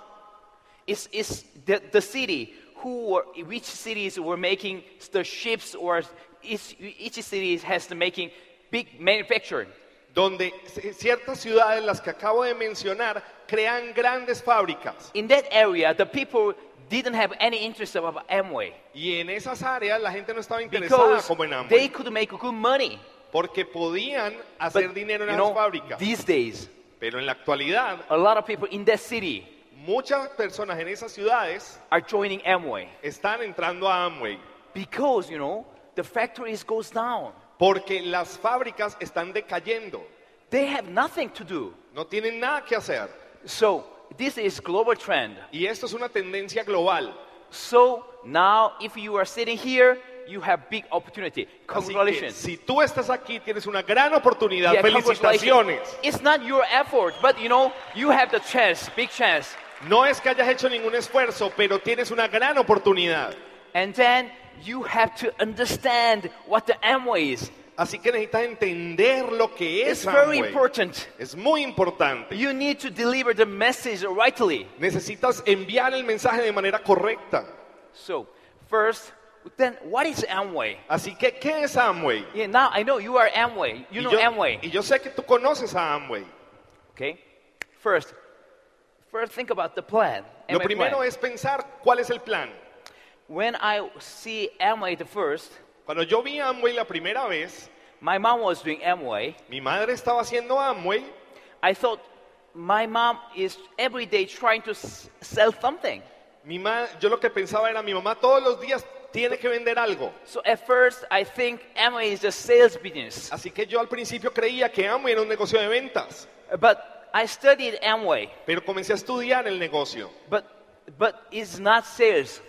[SPEAKER 2] is, is the, the city who were, which cities were making the ships or each, each city has the making big manufacturing.
[SPEAKER 3] donde c- ciertas ciudades, las que acabo de mencionar, crean grandes fábricas.
[SPEAKER 2] In that area, the people didn't have any interest about Amway
[SPEAKER 3] Y en esas áreas la gente no estaba interesada
[SPEAKER 2] because
[SPEAKER 3] como en
[SPEAKER 2] they
[SPEAKER 3] Amway,
[SPEAKER 2] could make good money.
[SPEAKER 3] porque podían
[SPEAKER 2] But
[SPEAKER 3] hacer dinero en
[SPEAKER 2] you
[SPEAKER 3] las
[SPEAKER 2] know,
[SPEAKER 3] fábricas.
[SPEAKER 2] these days,
[SPEAKER 3] Pero en la actualidad,
[SPEAKER 2] a lot of people in that city
[SPEAKER 3] muchas personas en esas ciudades
[SPEAKER 2] are joining Amway
[SPEAKER 3] están entrando a Amway,
[SPEAKER 2] because you know the factories goes down.
[SPEAKER 3] porque las fábricas están decayendo,
[SPEAKER 2] They have nothing to do.
[SPEAKER 3] no tienen nada que hacer.
[SPEAKER 2] So this is global trend.
[SPEAKER 3] Y esto es una tendencia global.
[SPEAKER 2] So now, if you are sitting here, you have big opportunity.
[SPEAKER 3] Así que,
[SPEAKER 2] Congratulations.
[SPEAKER 3] si tú estás aquí, tienes una gran oportunidad.
[SPEAKER 2] Yeah,
[SPEAKER 3] Felicitaciones.
[SPEAKER 2] congratulations. It's not your effort, but you know you have the chance, big chance.
[SPEAKER 3] No es que hayas hecho ningún esfuerzo, pero tienes una gran oportunidad.
[SPEAKER 2] And then you have to understand what the Amway is.
[SPEAKER 3] Así que necesitas entender lo que
[SPEAKER 2] It's
[SPEAKER 3] es
[SPEAKER 2] very
[SPEAKER 3] Amway.
[SPEAKER 2] important.
[SPEAKER 3] Es muy importante.
[SPEAKER 2] You need to deliver the message rightly.
[SPEAKER 3] Necesitas enviar el mensaje de manera correcta.
[SPEAKER 2] So, first, then what is Amway?
[SPEAKER 3] Así que, ¿qué es Amway?
[SPEAKER 2] Yeah, now I know you are Amway. You
[SPEAKER 3] Y
[SPEAKER 2] know
[SPEAKER 3] yo-
[SPEAKER 2] Amway.
[SPEAKER 3] Y yo sé que tú conoces a Amway.
[SPEAKER 2] Okay? First, first think about the plan.
[SPEAKER 3] Lo
[SPEAKER 2] Amway
[SPEAKER 3] primero
[SPEAKER 2] plan.
[SPEAKER 3] es pensar cuál es el plan.
[SPEAKER 2] when I see Amway the first,
[SPEAKER 3] Cuando yo vi Amway la primera vez,
[SPEAKER 2] my mom was doing Amway.
[SPEAKER 3] mi madre estaba haciendo Amway
[SPEAKER 2] I thought my mom is every day trying to s- sell something.
[SPEAKER 3] Mi ma- yo lo que pensaba era mi mamá todos los días tiene que vender algo.
[SPEAKER 2] So at first I think Amway is just sales business.
[SPEAKER 3] Así que yo al principio creía que Amway era un negocio de ventas,
[SPEAKER 2] But I studied Amway,
[SPEAKER 3] pero comencé a estudiar el negocio
[SPEAKER 2] but but it's not sales.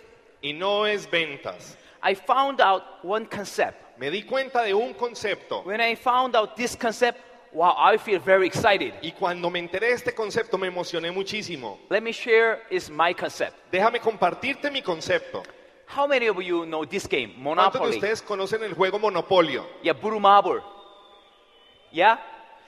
[SPEAKER 3] y no es ventas.
[SPEAKER 2] I found out one concept.
[SPEAKER 3] Me di cuenta de un concepto
[SPEAKER 2] When I found out this concept, wow, I feel very excited.
[SPEAKER 3] y cuando me enteré de este concepto me emocioné muchísimo.
[SPEAKER 2] Let me share is my concept.
[SPEAKER 3] Déjame compartirte mi concepto.
[SPEAKER 2] How many of you know this game,
[SPEAKER 3] ¿Cuántos de
[SPEAKER 2] Monopoly?
[SPEAKER 3] ustedes conocen el juego Monopolio?
[SPEAKER 2] Yeah, Blue Marble. Yeah,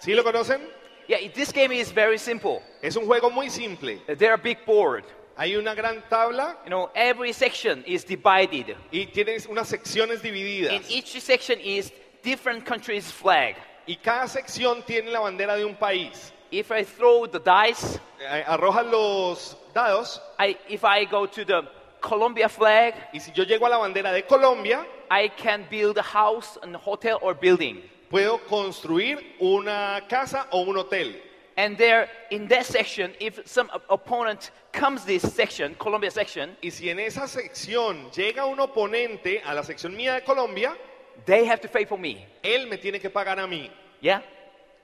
[SPEAKER 3] ¿Sí lo conocen?
[SPEAKER 2] yeah. it- This game is very simple.
[SPEAKER 3] Es un juego muy simple.
[SPEAKER 2] There are big board.
[SPEAKER 3] Hay una gran tabla
[SPEAKER 2] You know, every section is divided.
[SPEAKER 3] y tienes unas secciones
[SPEAKER 2] In
[SPEAKER 3] divididas
[SPEAKER 2] each section is different country's flag.
[SPEAKER 3] y cada sección tiene la bandera de un país.
[SPEAKER 2] If I throw the dice,
[SPEAKER 3] Eh, Arrojas los dados
[SPEAKER 2] I, if I go to the Colombia flag,
[SPEAKER 3] y si yo llego a la bandera de Colombia,
[SPEAKER 2] I can build a house, a hotel, or building.
[SPEAKER 3] puedo construir una casa o un hotel.
[SPEAKER 2] And there, in that section, if some op- opponent comes this section, Colombia section,
[SPEAKER 3] Y si en esa sección llega un oponente a la sección mía de Colombia,
[SPEAKER 2] they have to pay for me.
[SPEAKER 3] él me tiene que pagar a mí.
[SPEAKER 2] Yeah?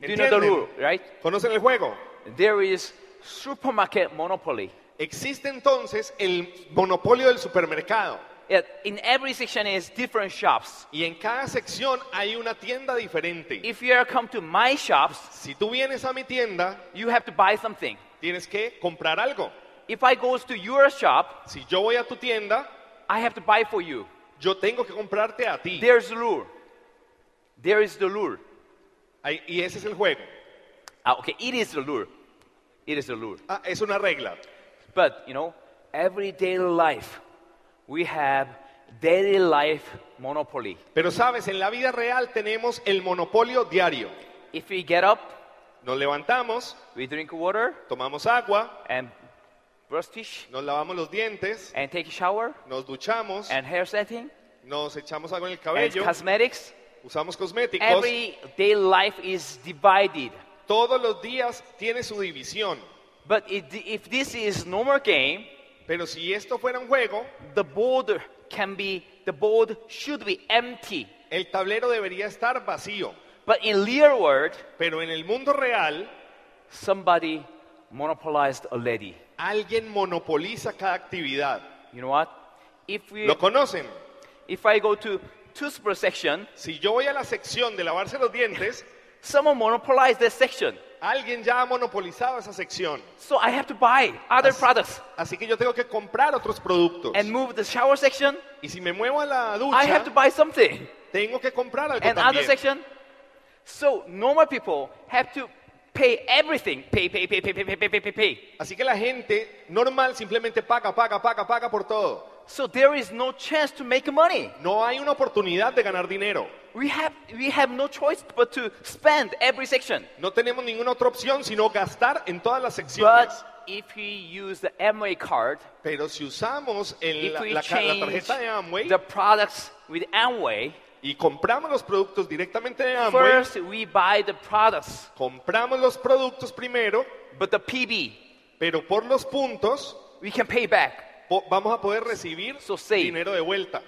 [SPEAKER 2] Do you know the
[SPEAKER 3] Entienden?
[SPEAKER 2] rule, right?
[SPEAKER 3] ¿Conocen el juego?
[SPEAKER 2] There is supermarket monopoly.
[SPEAKER 3] Existe entonces el monopolio del supermercado
[SPEAKER 2] Yeah, In every section is different shops.
[SPEAKER 3] y en cada sección hay una tienda diferente.
[SPEAKER 2] If you are come to my shops,
[SPEAKER 3] Si tú vienes a mi tienda,
[SPEAKER 2] you have to buy something.
[SPEAKER 3] tienes que comprar algo.
[SPEAKER 2] If I goes to your shop,
[SPEAKER 3] Si yo voy a tu tienda,
[SPEAKER 2] I have to buy for you.
[SPEAKER 3] yo tengo que comprarte a ti.
[SPEAKER 2] There's the rule. There is the lure.
[SPEAKER 3] Ahí- Y ese es el juego.
[SPEAKER 2] Ah, okay, it is the lure. It is the lure.
[SPEAKER 3] Ah, es una regla.
[SPEAKER 2] But you know, everyday life, we have daily life monopoly.
[SPEAKER 3] Pero sabes, en la vida real tenemos el monopolio diario.
[SPEAKER 2] If we get up,
[SPEAKER 3] Nos levantamos,
[SPEAKER 2] we drink water
[SPEAKER 3] tomamos agua,
[SPEAKER 2] and brush teeth
[SPEAKER 3] nos lavamos los dientes,
[SPEAKER 2] and take a shower
[SPEAKER 3] nos duchamos,
[SPEAKER 2] and hair setting
[SPEAKER 3] nos echamos algo en el
[SPEAKER 2] and
[SPEAKER 3] cabello,
[SPEAKER 2] cosmetics.
[SPEAKER 3] usamos cosméticos.
[SPEAKER 2] Everyday life is divided.
[SPEAKER 3] Todos los días tiene su división.
[SPEAKER 2] But it, if this is normal game,
[SPEAKER 3] Pero si esto fuera un juego,
[SPEAKER 2] the board can be the board should be empty.
[SPEAKER 3] el tablero debería estar vacío.
[SPEAKER 2] But in real world,
[SPEAKER 3] Pero en el mundo real,
[SPEAKER 2] somebody monopolized a lady.
[SPEAKER 3] alguien monopoliza cada actividad.
[SPEAKER 2] You know what? If we,
[SPEAKER 3] ¿Lo conocen?
[SPEAKER 2] if I go to toothbrush section,
[SPEAKER 3] Si yo voy a la sección de lavarse los dientes,
[SPEAKER 2] someone monopolized that section.
[SPEAKER 3] alguien ya ha monopolizado esa sección.
[SPEAKER 2] So I have to buy other
[SPEAKER 3] As-
[SPEAKER 2] products
[SPEAKER 3] Así que yo tengo que comprar otros productos.
[SPEAKER 2] and move the shower section.
[SPEAKER 3] Y si me muevo a la
[SPEAKER 2] I have to
[SPEAKER 3] ducha,
[SPEAKER 2] buy something.
[SPEAKER 3] tengo que comprar algo
[SPEAKER 2] And other
[SPEAKER 3] también.
[SPEAKER 2] section. So normal people have to pay everything. Pay, pay, pay, pay, pay, pay, pay, pay, pay, pay.
[SPEAKER 3] Así que la gente normal simplemente paga, paga, paga, paga por todo.
[SPEAKER 2] So there is no chance to make money.
[SPEAKER 3] No hay una oportunidad de ganar dinero.
[SPEAKER 2] We have, we have no choice but to spend every section.
[SPEAKER 3] No tenemos ninguna otra opción sino gastar en todas las secciones.
[SPEAKER 2] But if we use the Amway card,
[SPEAKER 3] Pero si usamos el-
[SPEAKER 2] if
[SPEAKER 3] la,
[SPEAKER 2] we
[SPEAKER 3] la ca- la
[SPEAKER 2] change
[SPEAKER 3] tarjeta de Amway
[SPEAKER 2] the products with Amway,
[SPEAKER 3] y compramos los productos directamente de Amway,
[SPEAKER 2] first we buy the products,
[SPEAKER 3] compramos los productos primero,
[SPEAKER 2] but the PB
[SPEAKER 3] pero por los puntos
[SPEAKER 2] we can pay back.
[SPEAKER 3] po- vamos a poder recibir
[SPEAKER 2] So save.
[SPEAKER 3] dinero de vuelta.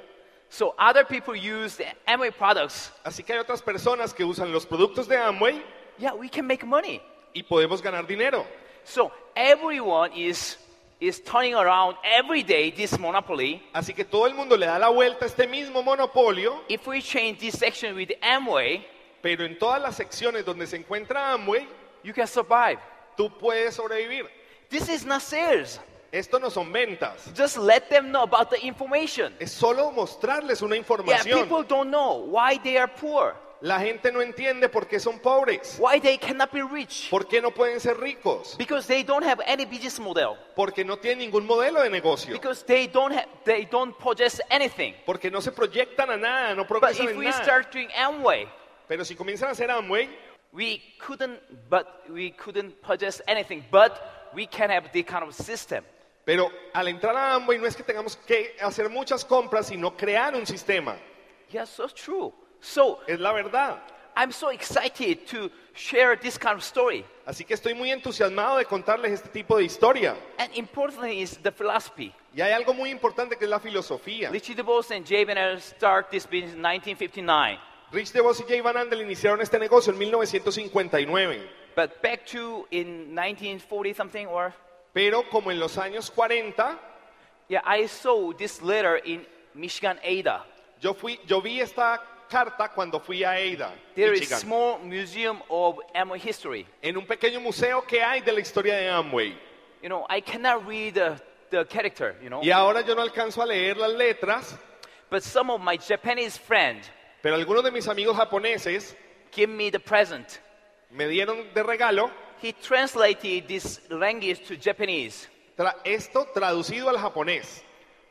[SPEAKER 2] So other people use the Amway products.
[SPEAKER 3] Así que hay otras personas que usan los productos de Amway
[SPEAKER 2] Yeah, we can make money.
[SPEAKER 3] y podemos ganar dinero.
[SPEAKER 2] So everyone is is turning around every day this monopoly.
[SPEAKER 3] Así que todo el mundo le da la vuelta a este mismo monopolio,
[SPEAKER 2] If we change this section with Amway,
[SPEAKER 3] pero en todas las secciones donde se encuentra Amway,
[SPEAKER 2] you can survive.
[SPEAKER 3] tú puedes sobrevivir.
[SPEAKER 2] This is not sales.
[SPEAKER 3] Esto no son ventas,
[SPEAKER 2] Just let them know about the information.
[SPEAKER 3] es solo mostrarles una
[SPEAKER 2] Yeah,
[SPEAKER 3] información.
[SPEAKER 2] people don't know why they are poor,
[SPEAKER 3] La gente no entiende por qué son pobres,
[SPEAKER 2] why they cannot be rich,
[SPEAKER 3] por qué no pueden ser ricos,
[SPEAKER 2] because they don't have any business model,
[SPEAKER 3] porque no tienen ningún modelo de negocio,
[SPEAKER 2] because they don't have, they don't possess anything.
[SPEAKER 3] porque no se proyectan a nada, no
[SPEAKER 2] But
[SPEAKER 3] progresan
[SPEAKER 2] if
[SPEAKER 3] en
[SPEAKER 2] we
[SPEAKER 3] nada.
[SPEAKER 2] start doing Amway,
[SPEAKER 3] Pero si comienzan a hacer Amway,
[SPEAKER 2] we couldn't, but we couldn't possess anything. But we can have the kind of system.
[SPEAKER 3] pero al entrar a Amway no es que tengamos que hacer muchas compras, sino crear un sistema.
[SPEAKER 2] Yeah, so true. So
[SPEAKER 3] Es la verdad.
[SPEAKER 2] I'm so excited to share this kind of story.
[SPEAKER 3] Así que estoy muy entusiasmado de contarles este tipo de historia.
[SPEAKER 2] And importantly is the philosophy.
[SPEAKER 3] Y hay algo muy importante que es la filosofía.
[SPEAKER 2] Richie DeVos and Jay Benner start this business in 1959.
[SPEAKER 3] Rich DeVos y Jay Van Andel iniciaron este negocio en 1959,
[SPEAKER 2] But back to in 1940 something or
[SPEAKER 3] pero como en los años 40,
[SPEAKER 2] yeah, I saw this letter in Michigan Ada.
[SPEAKER 3] yo, fui, yo vi esta carta cuando fui a Ada,
[SPEAKER 2] There is
[SPEAKER 3] Michigan,
[SPEAKER 2] small museum of Amway history.
[SPEAKER 3] en un pequeño museo que hay de la historia de Amway.
[SPEAKER 2] You know, I cannot read the, the character, you know.
[SPEAKER 3] Y ahora yo no alcanzo a leer las letras,
[SPEAKER 2] But some of my Japanese friend
[SPEAKER 3] pero algunos de mis amigos japoneses
[SPEAKER 2] give me the present.
[SPEAKER 3] me dieron de regalo
[SPEAKER 2] He translated this language to Japanese.
[SPEAKER 3] tra- esto traducido al japonés,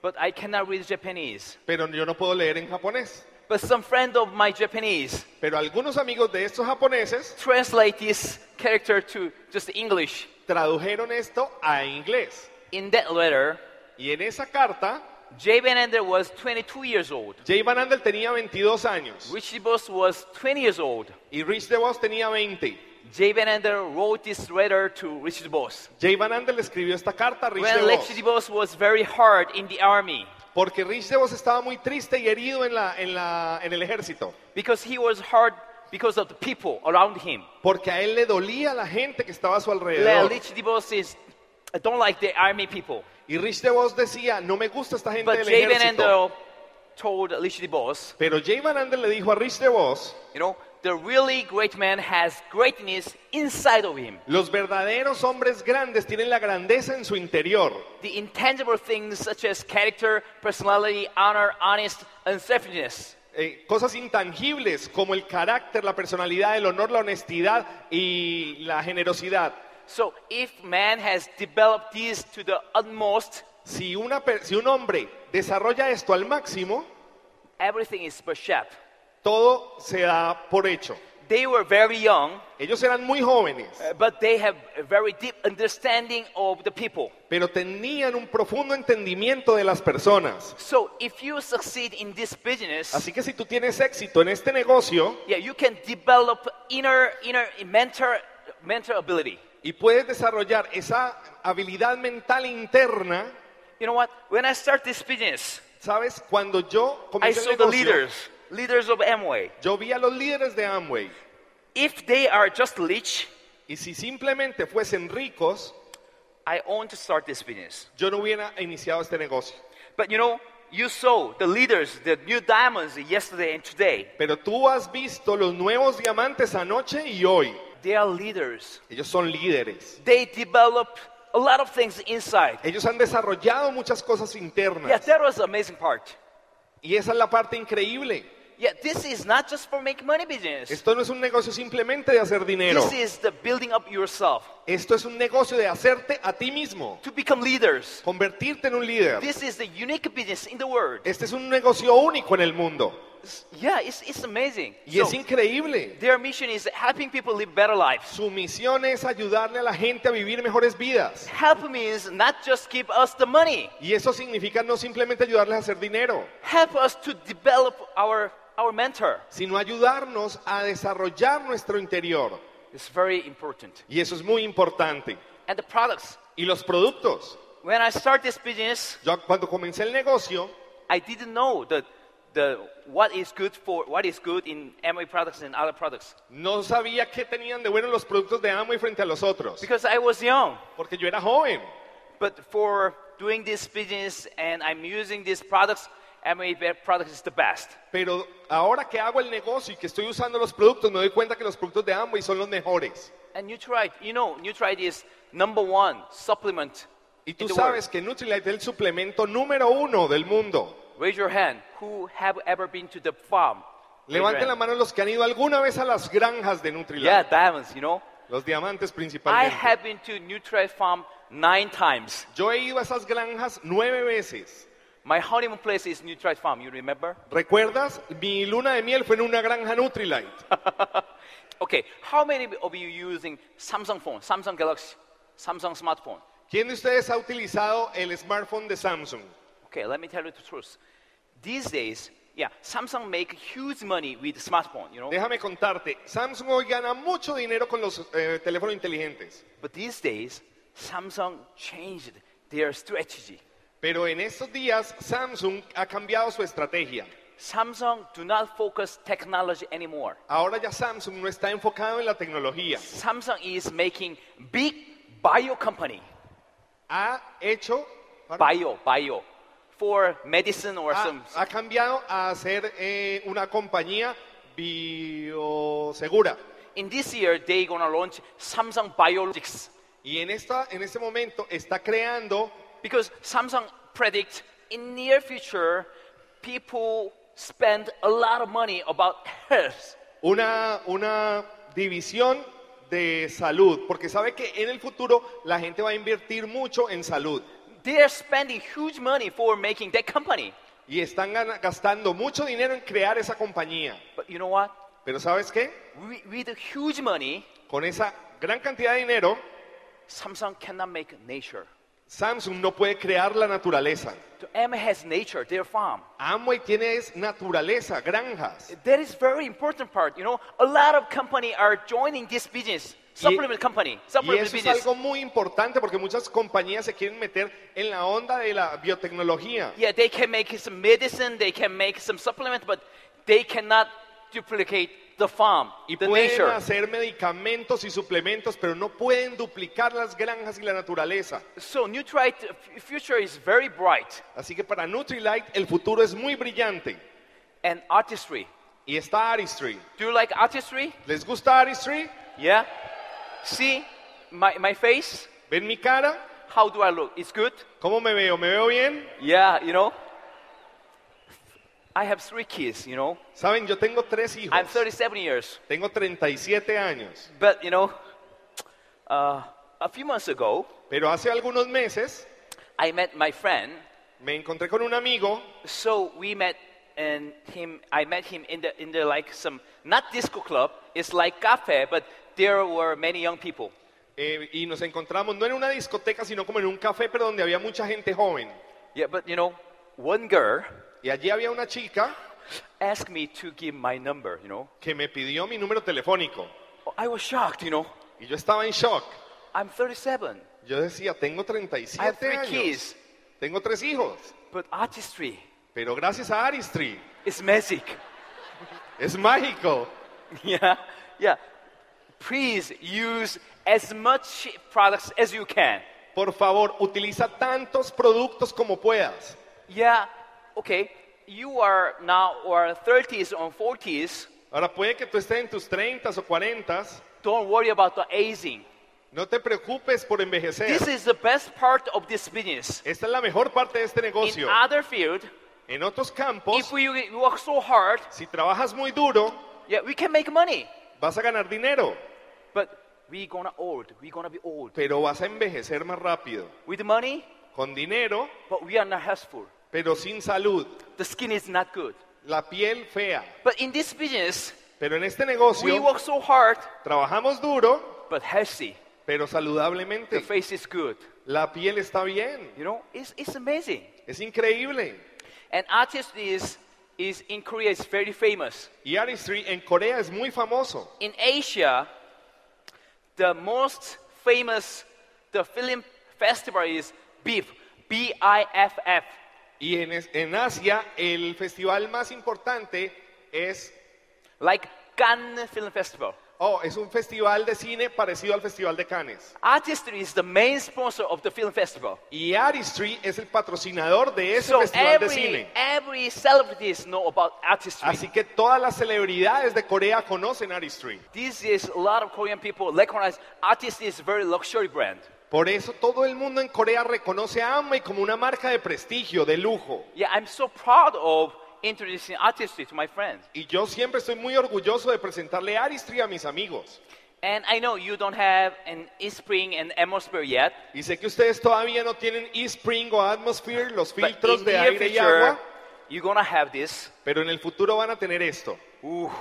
[SPEAKER 2] but I cannot read Japanese.
[SPEAKER 3] pero yo no puedo leer en japonés.
[SPEAKER 2] But some friend of my Japanese
[SPEAKER 3] Pero algunos amigos de estos japoneses
[SPEAKER 2] translate this character to just English.
[SPEAKER 3] tradujeron esto a inglés.
[SPEAKER 2] In that letter,
[SPEAKER 3] Y en esa carta,
[SPEAKER 2] Jay Van Ender was 22 years old.
[SPEAKER 3] Jay Van Andel tenía 22 años
[SPEAKER 2] Richie Boss was 20 years old.
[SPEAKER 3] y Rich DeVos tenía 20.
[SPEAKER 2] Jay Van Ender wrote this letter to Richie Boss.
[SPEAKER 3] Jay Van Andel escribió esta carta a Rich
[SPEAKER 2] When
[SPEAKER 3] DeVos
[SPEAKER 2] Richie Boss was very hard in the army
[SPEAKER 3] porque Rich DeVos estaba muy triste y herido en, la, en, la, en el ejército.
[SPEAKER 2] because he was hard because of the people around him.
[SPEAKER 3] Porque a él le dolía la gente que estaba a su alrededor.
[SPEAKER 2] Like Richie Boss is, I don't like the army people.
[SPEAKER 3] Y Rich DeVos decía, no me gusta esta gente
[SPEAKER 2] But
[SPEAKER 3] del
[SPEAKER 2] Jay Van
[SPEAKER 3] ejército.
[SPEAKER 2] Ender told Richie Boss,
[SPEAKER 3] Pero Jay Van Andel le dijo a Rich DeVos,
[SPEAKER 2] You know, the really great man has greatness inside of him.
[SPEAKER 3] los verdaderos hombres grandes tienen la grandeza en su interior.
[SPEAKER 2] The intangible things such as character, personality, honor, honest, and selfishness.
[SPEAKER 3] Eh, cosas intangibles como el carácter, la personalidad, el honor, la honestidad y la generosidad.
[SPEAKER 2] So if man has developed these to the utmost,
[SPEAKER 3] Si, una per- si un hombre desarrolla esto al máximo,
[SPEAKER 2] everything is per sharp.
[SPEAKER 3] todo se da por hecho.
[SPEAKER 2] They were very young,
[SPEAKER 3] Ellos eran muy jóvenes,
[SPEAKER 2] uh, but they have a very deep understanding of the people.
[SPEAKER 3] pero tenían un profundo entendimiento de las personas.
[SPEAKER 2] So if you succeed in this business,
[SPEAKER 3] Así que si tú tienes éxito en este negocio
[SPEAKER 2] yeah, you can develop inner inner mentor mentor ability.
[SPEAKER 3] y puedes desarrollar esa habilidad mental interna,
[SPEAKER 2] You know what? When I start this business,
[SPEAKER 3] ¿sabes? Cuando yo
[SPEAKER 2] I
[SPEAKER 3] comencé
[SPEAKER 2] saw
[SPEAKER 3] el
[SPEAKER 2] the
[SPEAKER 3] negocio,
[SPEAKER 2] leaders, leaders of Amway.
[SPEAKER 3] yo vi a los líderes de Amway.
[SPEAKER 2] If they are just rich,
[SPEAKER 3] Y si simplemente fuesen ricos,
[SPEAKER 2] I want to start this business.
[SPEAKER 3] yo no hubiera iniciado este negocio.
[SPEAKER 2] But you know, you saw the leaders, the new diamonds yesterday and today.
[SPEAKER 3] Pero tú has visto los nuevos diamantes anoche y hoy.
[SPEAKER 2] They are leaders.
[SPEAKER 3] Ellos son líderes.
[SPEAKER 2] They develop a lot of things inside.
[SPEAKER 3] Ellos han desarrollado muchas cosas
[SPEAKER 2] Yeah,
[SPEAKER 3] internas.
[SPEAKER 2] that was the amazing part.
[SPEAKER 3] Y esa es la parte increíble.
[SPEAKER 2] Yeah, this is not just for make money business.
[SPEAKER 3] Esto no es un negocio simplemente de hacer dinero.
[SPEAKER 2] This is the building up yourself
[SPEAKER 3] Esto es un negocio de hacerte a ti mismo.
[SPEAKER 2] to become leaders.
[SPEAKER 3] Convertirte en un líder.
[SPEAKER 2] This is the unique business in the world.
[SPEAKER 3] Este es un negocio único en el mundo.
[SPEAKER 2] Yeah, it's, it's amazing.
[SPEAKER 3] Y es
[SPEAKER 2] So,
[SPEAKER 3] increíble.
[SPEAKER 2] their mission is helping people live better lives.
[SPEAKER 3] Su misión es ayudarle a la gente a vivir mejores vidas.
[SPEAKER 2] Help means not just give us the money.
[SPEAKER 3] Y eso significa no simplemente ayudarles a hacer dinero,
[SPEAKER 2] Help us to develop our our mentor.
[SPEAKER 3] sino ayudarnos a desarrollar nuestro interior.
[SPEAKER 2] It's very important.
[SPEAKER 3] Y eso es muy importante.
[SPEAKER 2] And the products.
[SPEAKER 3] Y los productos.
[SPEAKER 2] When I start this business,
[SPEAKER 3] Yo cuando comencé el negocio,
[SPEAKER 2] I didn't know the the what is good for what is good in MA products and other products
[SPEAKER 3] no sabía qué tenían de bueno los productos de Amway frente a los otros.
[SPEAKER 2] because I was young.
[SPEAKER 3] Porque yo era joven.
[SPEAKER 2] But for doing this business and I'm using these products, MA products is the best.
[SPEAKER 3] Pero ahora que hago el negocio y que estoy usando los productos, me doy cuenta que los productos de Amway son los mejores.
[SPEAKER 2] And Nutrite, you know, Nutrite is number one supplement.
[SPEAKER 3] Y
[SPEAKER 2] in
[SPEAKER 3] tú
[SPEAKER 2] the
[SPEAKER 3] sabes que Nutrilite es el suplemento número uno del mundo.
[SPEAKER 2] world. Raise your hand. Who have ever been to the farm? Raise your
[SPEAKER 3] Levanten la
[SPEAKER 2] hand.
[SPEAKER 3] mano los que han ido alguna vez a las granjas de Nutrilite.
[SPEAKER 2] Yeah, diamonds. You know,
[SPEAKER 3] Los diamantes
[SPEAKER 2] I
[SPEAKER 3] principalmente.
[SPEAKER 2] have been to Nutrite farm nine times.
[SPEAKER 3] Yo he ido a esas granjas nueve veces.
[SPEAKER 2] My honeymoon place is Nutrite farm. You remember?
[SPEAKER 3] ¿Recuerdas? Mi luna de miel fue en una granja Nutrilite.
[SPEAKER 2] Okay. How many of you using Samsung phone, Samsung Galaxy, Samsung smartphone?
[SPEAKER 3] ¿Quién de ustedes ha utilizado el smartphone de Samsung?
[SPEAKER 2] Okay, let me tell you the truth. These days, yeah, Samsung make huge money with smartphone, you know.
[SPEAKER 3] Déjame contarte, Samsung hoy gana mucho dinero con los eh, teléfonos inteligentes,
[SPEAKER 2] But these days, Samsung changed their strategy.
[SPEAKER 3] pero en estos días Samsung ha cambiado su estrategia.
[SPEAKER 2] Samsung do not focus technology anymore.
[SPEAKER 3] Ahora ya Samsung no está enfocado en la tecnología.
[SPEAKER 2] Samsung is making big bio company,
[SPEAKER 3] Ha hecho,
[SPEAKER 2] bio, bio, for medicine or
[SPEAKER 3] ha,
[SPEAKER 2] some.
[SPEAKER 3] ha cambiado a ser eh, una compañía biosegura.
[SPEAKER 2] In this year, they gonna launch Samsung Biologics
[SPEAKER 3] Y en, esta, en este momento está creando,
[SPEAKER 2] because Samsung predict in near future, people spend a lot of money about health.
[SPEAKER 3] una, una división de salud, porque sabe que en el futuro la gente va a invertir mucho en salud
[SPEAKER 2] They are spending huge money for making that company.
[SPEAKER 3] y están gana- gastando mucho dinero en crear esa compañía.
[SPEAKER 2] But you know what?
[SPEAKER 3] Pero ¿sabes qué?
[SPEAKER 2] With, with huge money,
[SPEAKER 3] Con esa gran cantidad de dinero,
[SPEAKER 2] Samsung cannot make nature.
[SPEAKER 3] Samsung no puede crear la naturaleza.
[SPEAKER 2] The M has nature, their farm.
[SPEAKER 3] Amway tiene es naturaleza, granjas.
[SPEAKER 2] That is very important part. You know, a lot of company are joining this business, supplement company,
[SPEAKER 3] Y
[SPEAKER 2] supplement
[SPEAKER 3] eso es
[SPEAKER 2] business.
[SPEAKER 3] algo muy importante porque muchas compañías se quieren meter en la onda de la biotecnología.
[SPEAKER 2] Yeah, they can make some medicine, they can make some supplement, but they cannot duplicate the farm,
[SPEAKER 3] Y
[SPEAKER 2] the
[SPEAKER 3] pueden
[SPEAKER 2] nature.
[SPEAKER 3] hacer medicamentos y suplementos, pero no pueden duplicar las granjas y la naturaleza.
[SPEAKER 2] So Nutrite uh, f- future is very bright,
[SPEAKER 3] Así que para Nutrilite el futuro es muy brillante.
[SPEAKER 2] and artistry.
[SPEAKER 3] Y está Artistry.
[SPEAKER 2] Do you like artistry?
[SPEAKER 3] ¿Les gusta Artistry?
[SPEAKER 2] Yeah. See my, my face?
[SPEAKER 3] ¿Ven mi cara?
[SPEAKER 2] How do I look? It's good?
[SPEAKER 3] ¿Cómo me veo? ¿Me veo bien?
[SPEAKER 2] Yeah, you know. I have three kids, you know.
[SPEAKER 3] Saben, yo tengo tres hijos.
[SPEAKER 2] I'm 37 years.
[SPEAKER 3] Tengo 37 años.
[SPEAKER 2] But, you know, uh, a few months ago,
[SPEAKER 3] Pero hace algunos meses
[SPEAKER 2] I met my friend.
[SPEAKER 3] me encontré con un amigo.
[SPEAKER 2] So we met and him I met him in the in the like some not disco club, it's like cafe, but there were many young people.
[SPEAKER 3] eh, y nos encontramos no en una discoteca, sino como en un café, pero donde había mucha gente joven.
[SPEAKER 2] Yeah, but you know, one girl
[SPEAKER 3] Y allí había una chica
[SPEAKER 2] asked me to give my number, you know.
[SPEAKER 3] que me pidió mi número telefónico.
[SPEAKER 2] I was shocked, you know.
[SPEAKER 3] Y yo estaba en shock.
[SPEAKER 2] I'm 37.
[SPEAKER 3] Yo decía, tengo
[SPEAKER 2] I have
[SPEAKER 3] 37
[SPEAKER 2] three
[SPEAKER 3] años.
[SPEAKER 2] kids,
[SPEAKER 3] Tengo tres hijos.
[SPEAKER 2] but artistry
[SPEAKER 3] Pero gracias a Aristry,
[SPEAKER 2] is magic.
[SPEAKER 3] es mágico.
[SPEAKER 2] yeah, yeah. please use as much products as you can.
[SPEAKER 3] Por favor, utiliza tantos productos como puedas.
[SPEAKER 2] Yeah, okay. You are now or 30s or 40s.
[SPEAKER 3] Ahora puede que tú estés en tus 30 o 40,
[SPEAKER 2] Don't worry about the aging.
[SPEAKER 3] no te preocupes por envejecer.
[SPEAKER 2] This is the best part of this business.
[SPEAKER 3] Esta es la mejor parte de este
[SPEAKER 2] In
[SPEAKER 3] negocio.
[SPEAKER 2] other field,
[SPEAKER 3] En otros
[SPEAKER 2] if
[SPEAKER 3] campos,
[SPEAKER 2] we work so hard,
[SPEAKER 3] si trabajas muy duro,
[SPEAKER 2] yeah, we can make money.
[SPEAKER 3] vas a ganar dinero,
[SPEAKER 2] But we gonna old. We gonna be old.
[SPEAKER 3] pero vas a envejecer más rápido.
[SPEAKER 2] With money,
[SPEAKER 3] Con dinero,
[SPEAKER 2] but we are not healthful.
[SPEAKER 3] pero sin salud.
[SPEAKER 2] The skin is not good.
[SPEAKER 3] La piel fea.
[SPEAKER 2] But in this business,
[SPEAKER 3] Pero en este
[SPEAKER 2] we
[SPEAKER 3] negocio,
[SPEAKER 2] work so hard,
[SPEAKER 3] trabajamos duro,
[SPEAKER 2] but healthy.
[SPEAKER 3] pero
[SPEAKER 2] The
[SPEAKER 3] saludablemente.
[SPEAKER 2] face is good.
[SPEAKER 3] La piel está bien.
[SPEAKER 2] You know, it's, it's amazing.
[SPEAKER 3] Es increíble.
[SPEAKER 2] And artist is is in Korea is very famous.
[SPEAKER 3] Y Artistry en Corea es muy famoso.
[SPEAKER 2] In Asia, the most famous the film festival is BIF, B I F F.
[SPEAKER 3] Y en, es- en Asia, el festival más importante es...
[SPEAKER 2] Like Cannes Film Festival.
[SPEAKER 3] Oh, es un festival de cine parecido al Festival de Cannes.
[SPEAKER 2] Artistry is the main sponsor of the film festival.
[SPEAKER 3] Y Artistry es el patrocinador de ese
[SPEAKER 2] So
[SPEAKER 3] festival de
[SPEAKER 2] every
[SPEAKER 3] cine.
[SPEAKER 2] every celebrities know about artistry.
[SPEAKER 3] Así que todas las celebridades de Corea conocen Artistry.
[SPEAKER 2] This is a lot of Korean people recognize artist is very luxury brand.
[SPEAKER 3] Por eso todo el mundo en Corea reconoce a Amway como una marca de prestigio, de lujo.
[SPEAKER 2] Yeah, I'm so proud of introducing artistry to my friends.
[SPEAKER 3] Y yo siempre estoy muy orgulloso de presentarle Artistry a mis amigos.
[SPEAKER 2] And I know you don't have an eSpring and Atmosphere yet,
[SPEAKER 3] Y sé que ustedes todavía no tienen eSpring o Atmosphere, los
[SPEAKER 2] but
[SPEAKER 3] filtros
[SPEAKER 2] in
[SPEAKER 3] de
[SPEAKER 2] near
[SPEAKER 3] aire y
[SPEAKER 2] future,
[SPEAKER 3] agua,
[SPEAKER 2] you're gonna have this.
[SPEAKER 3] pero en el futuro van a tener esto.
[SPEAKER 2] Ooh,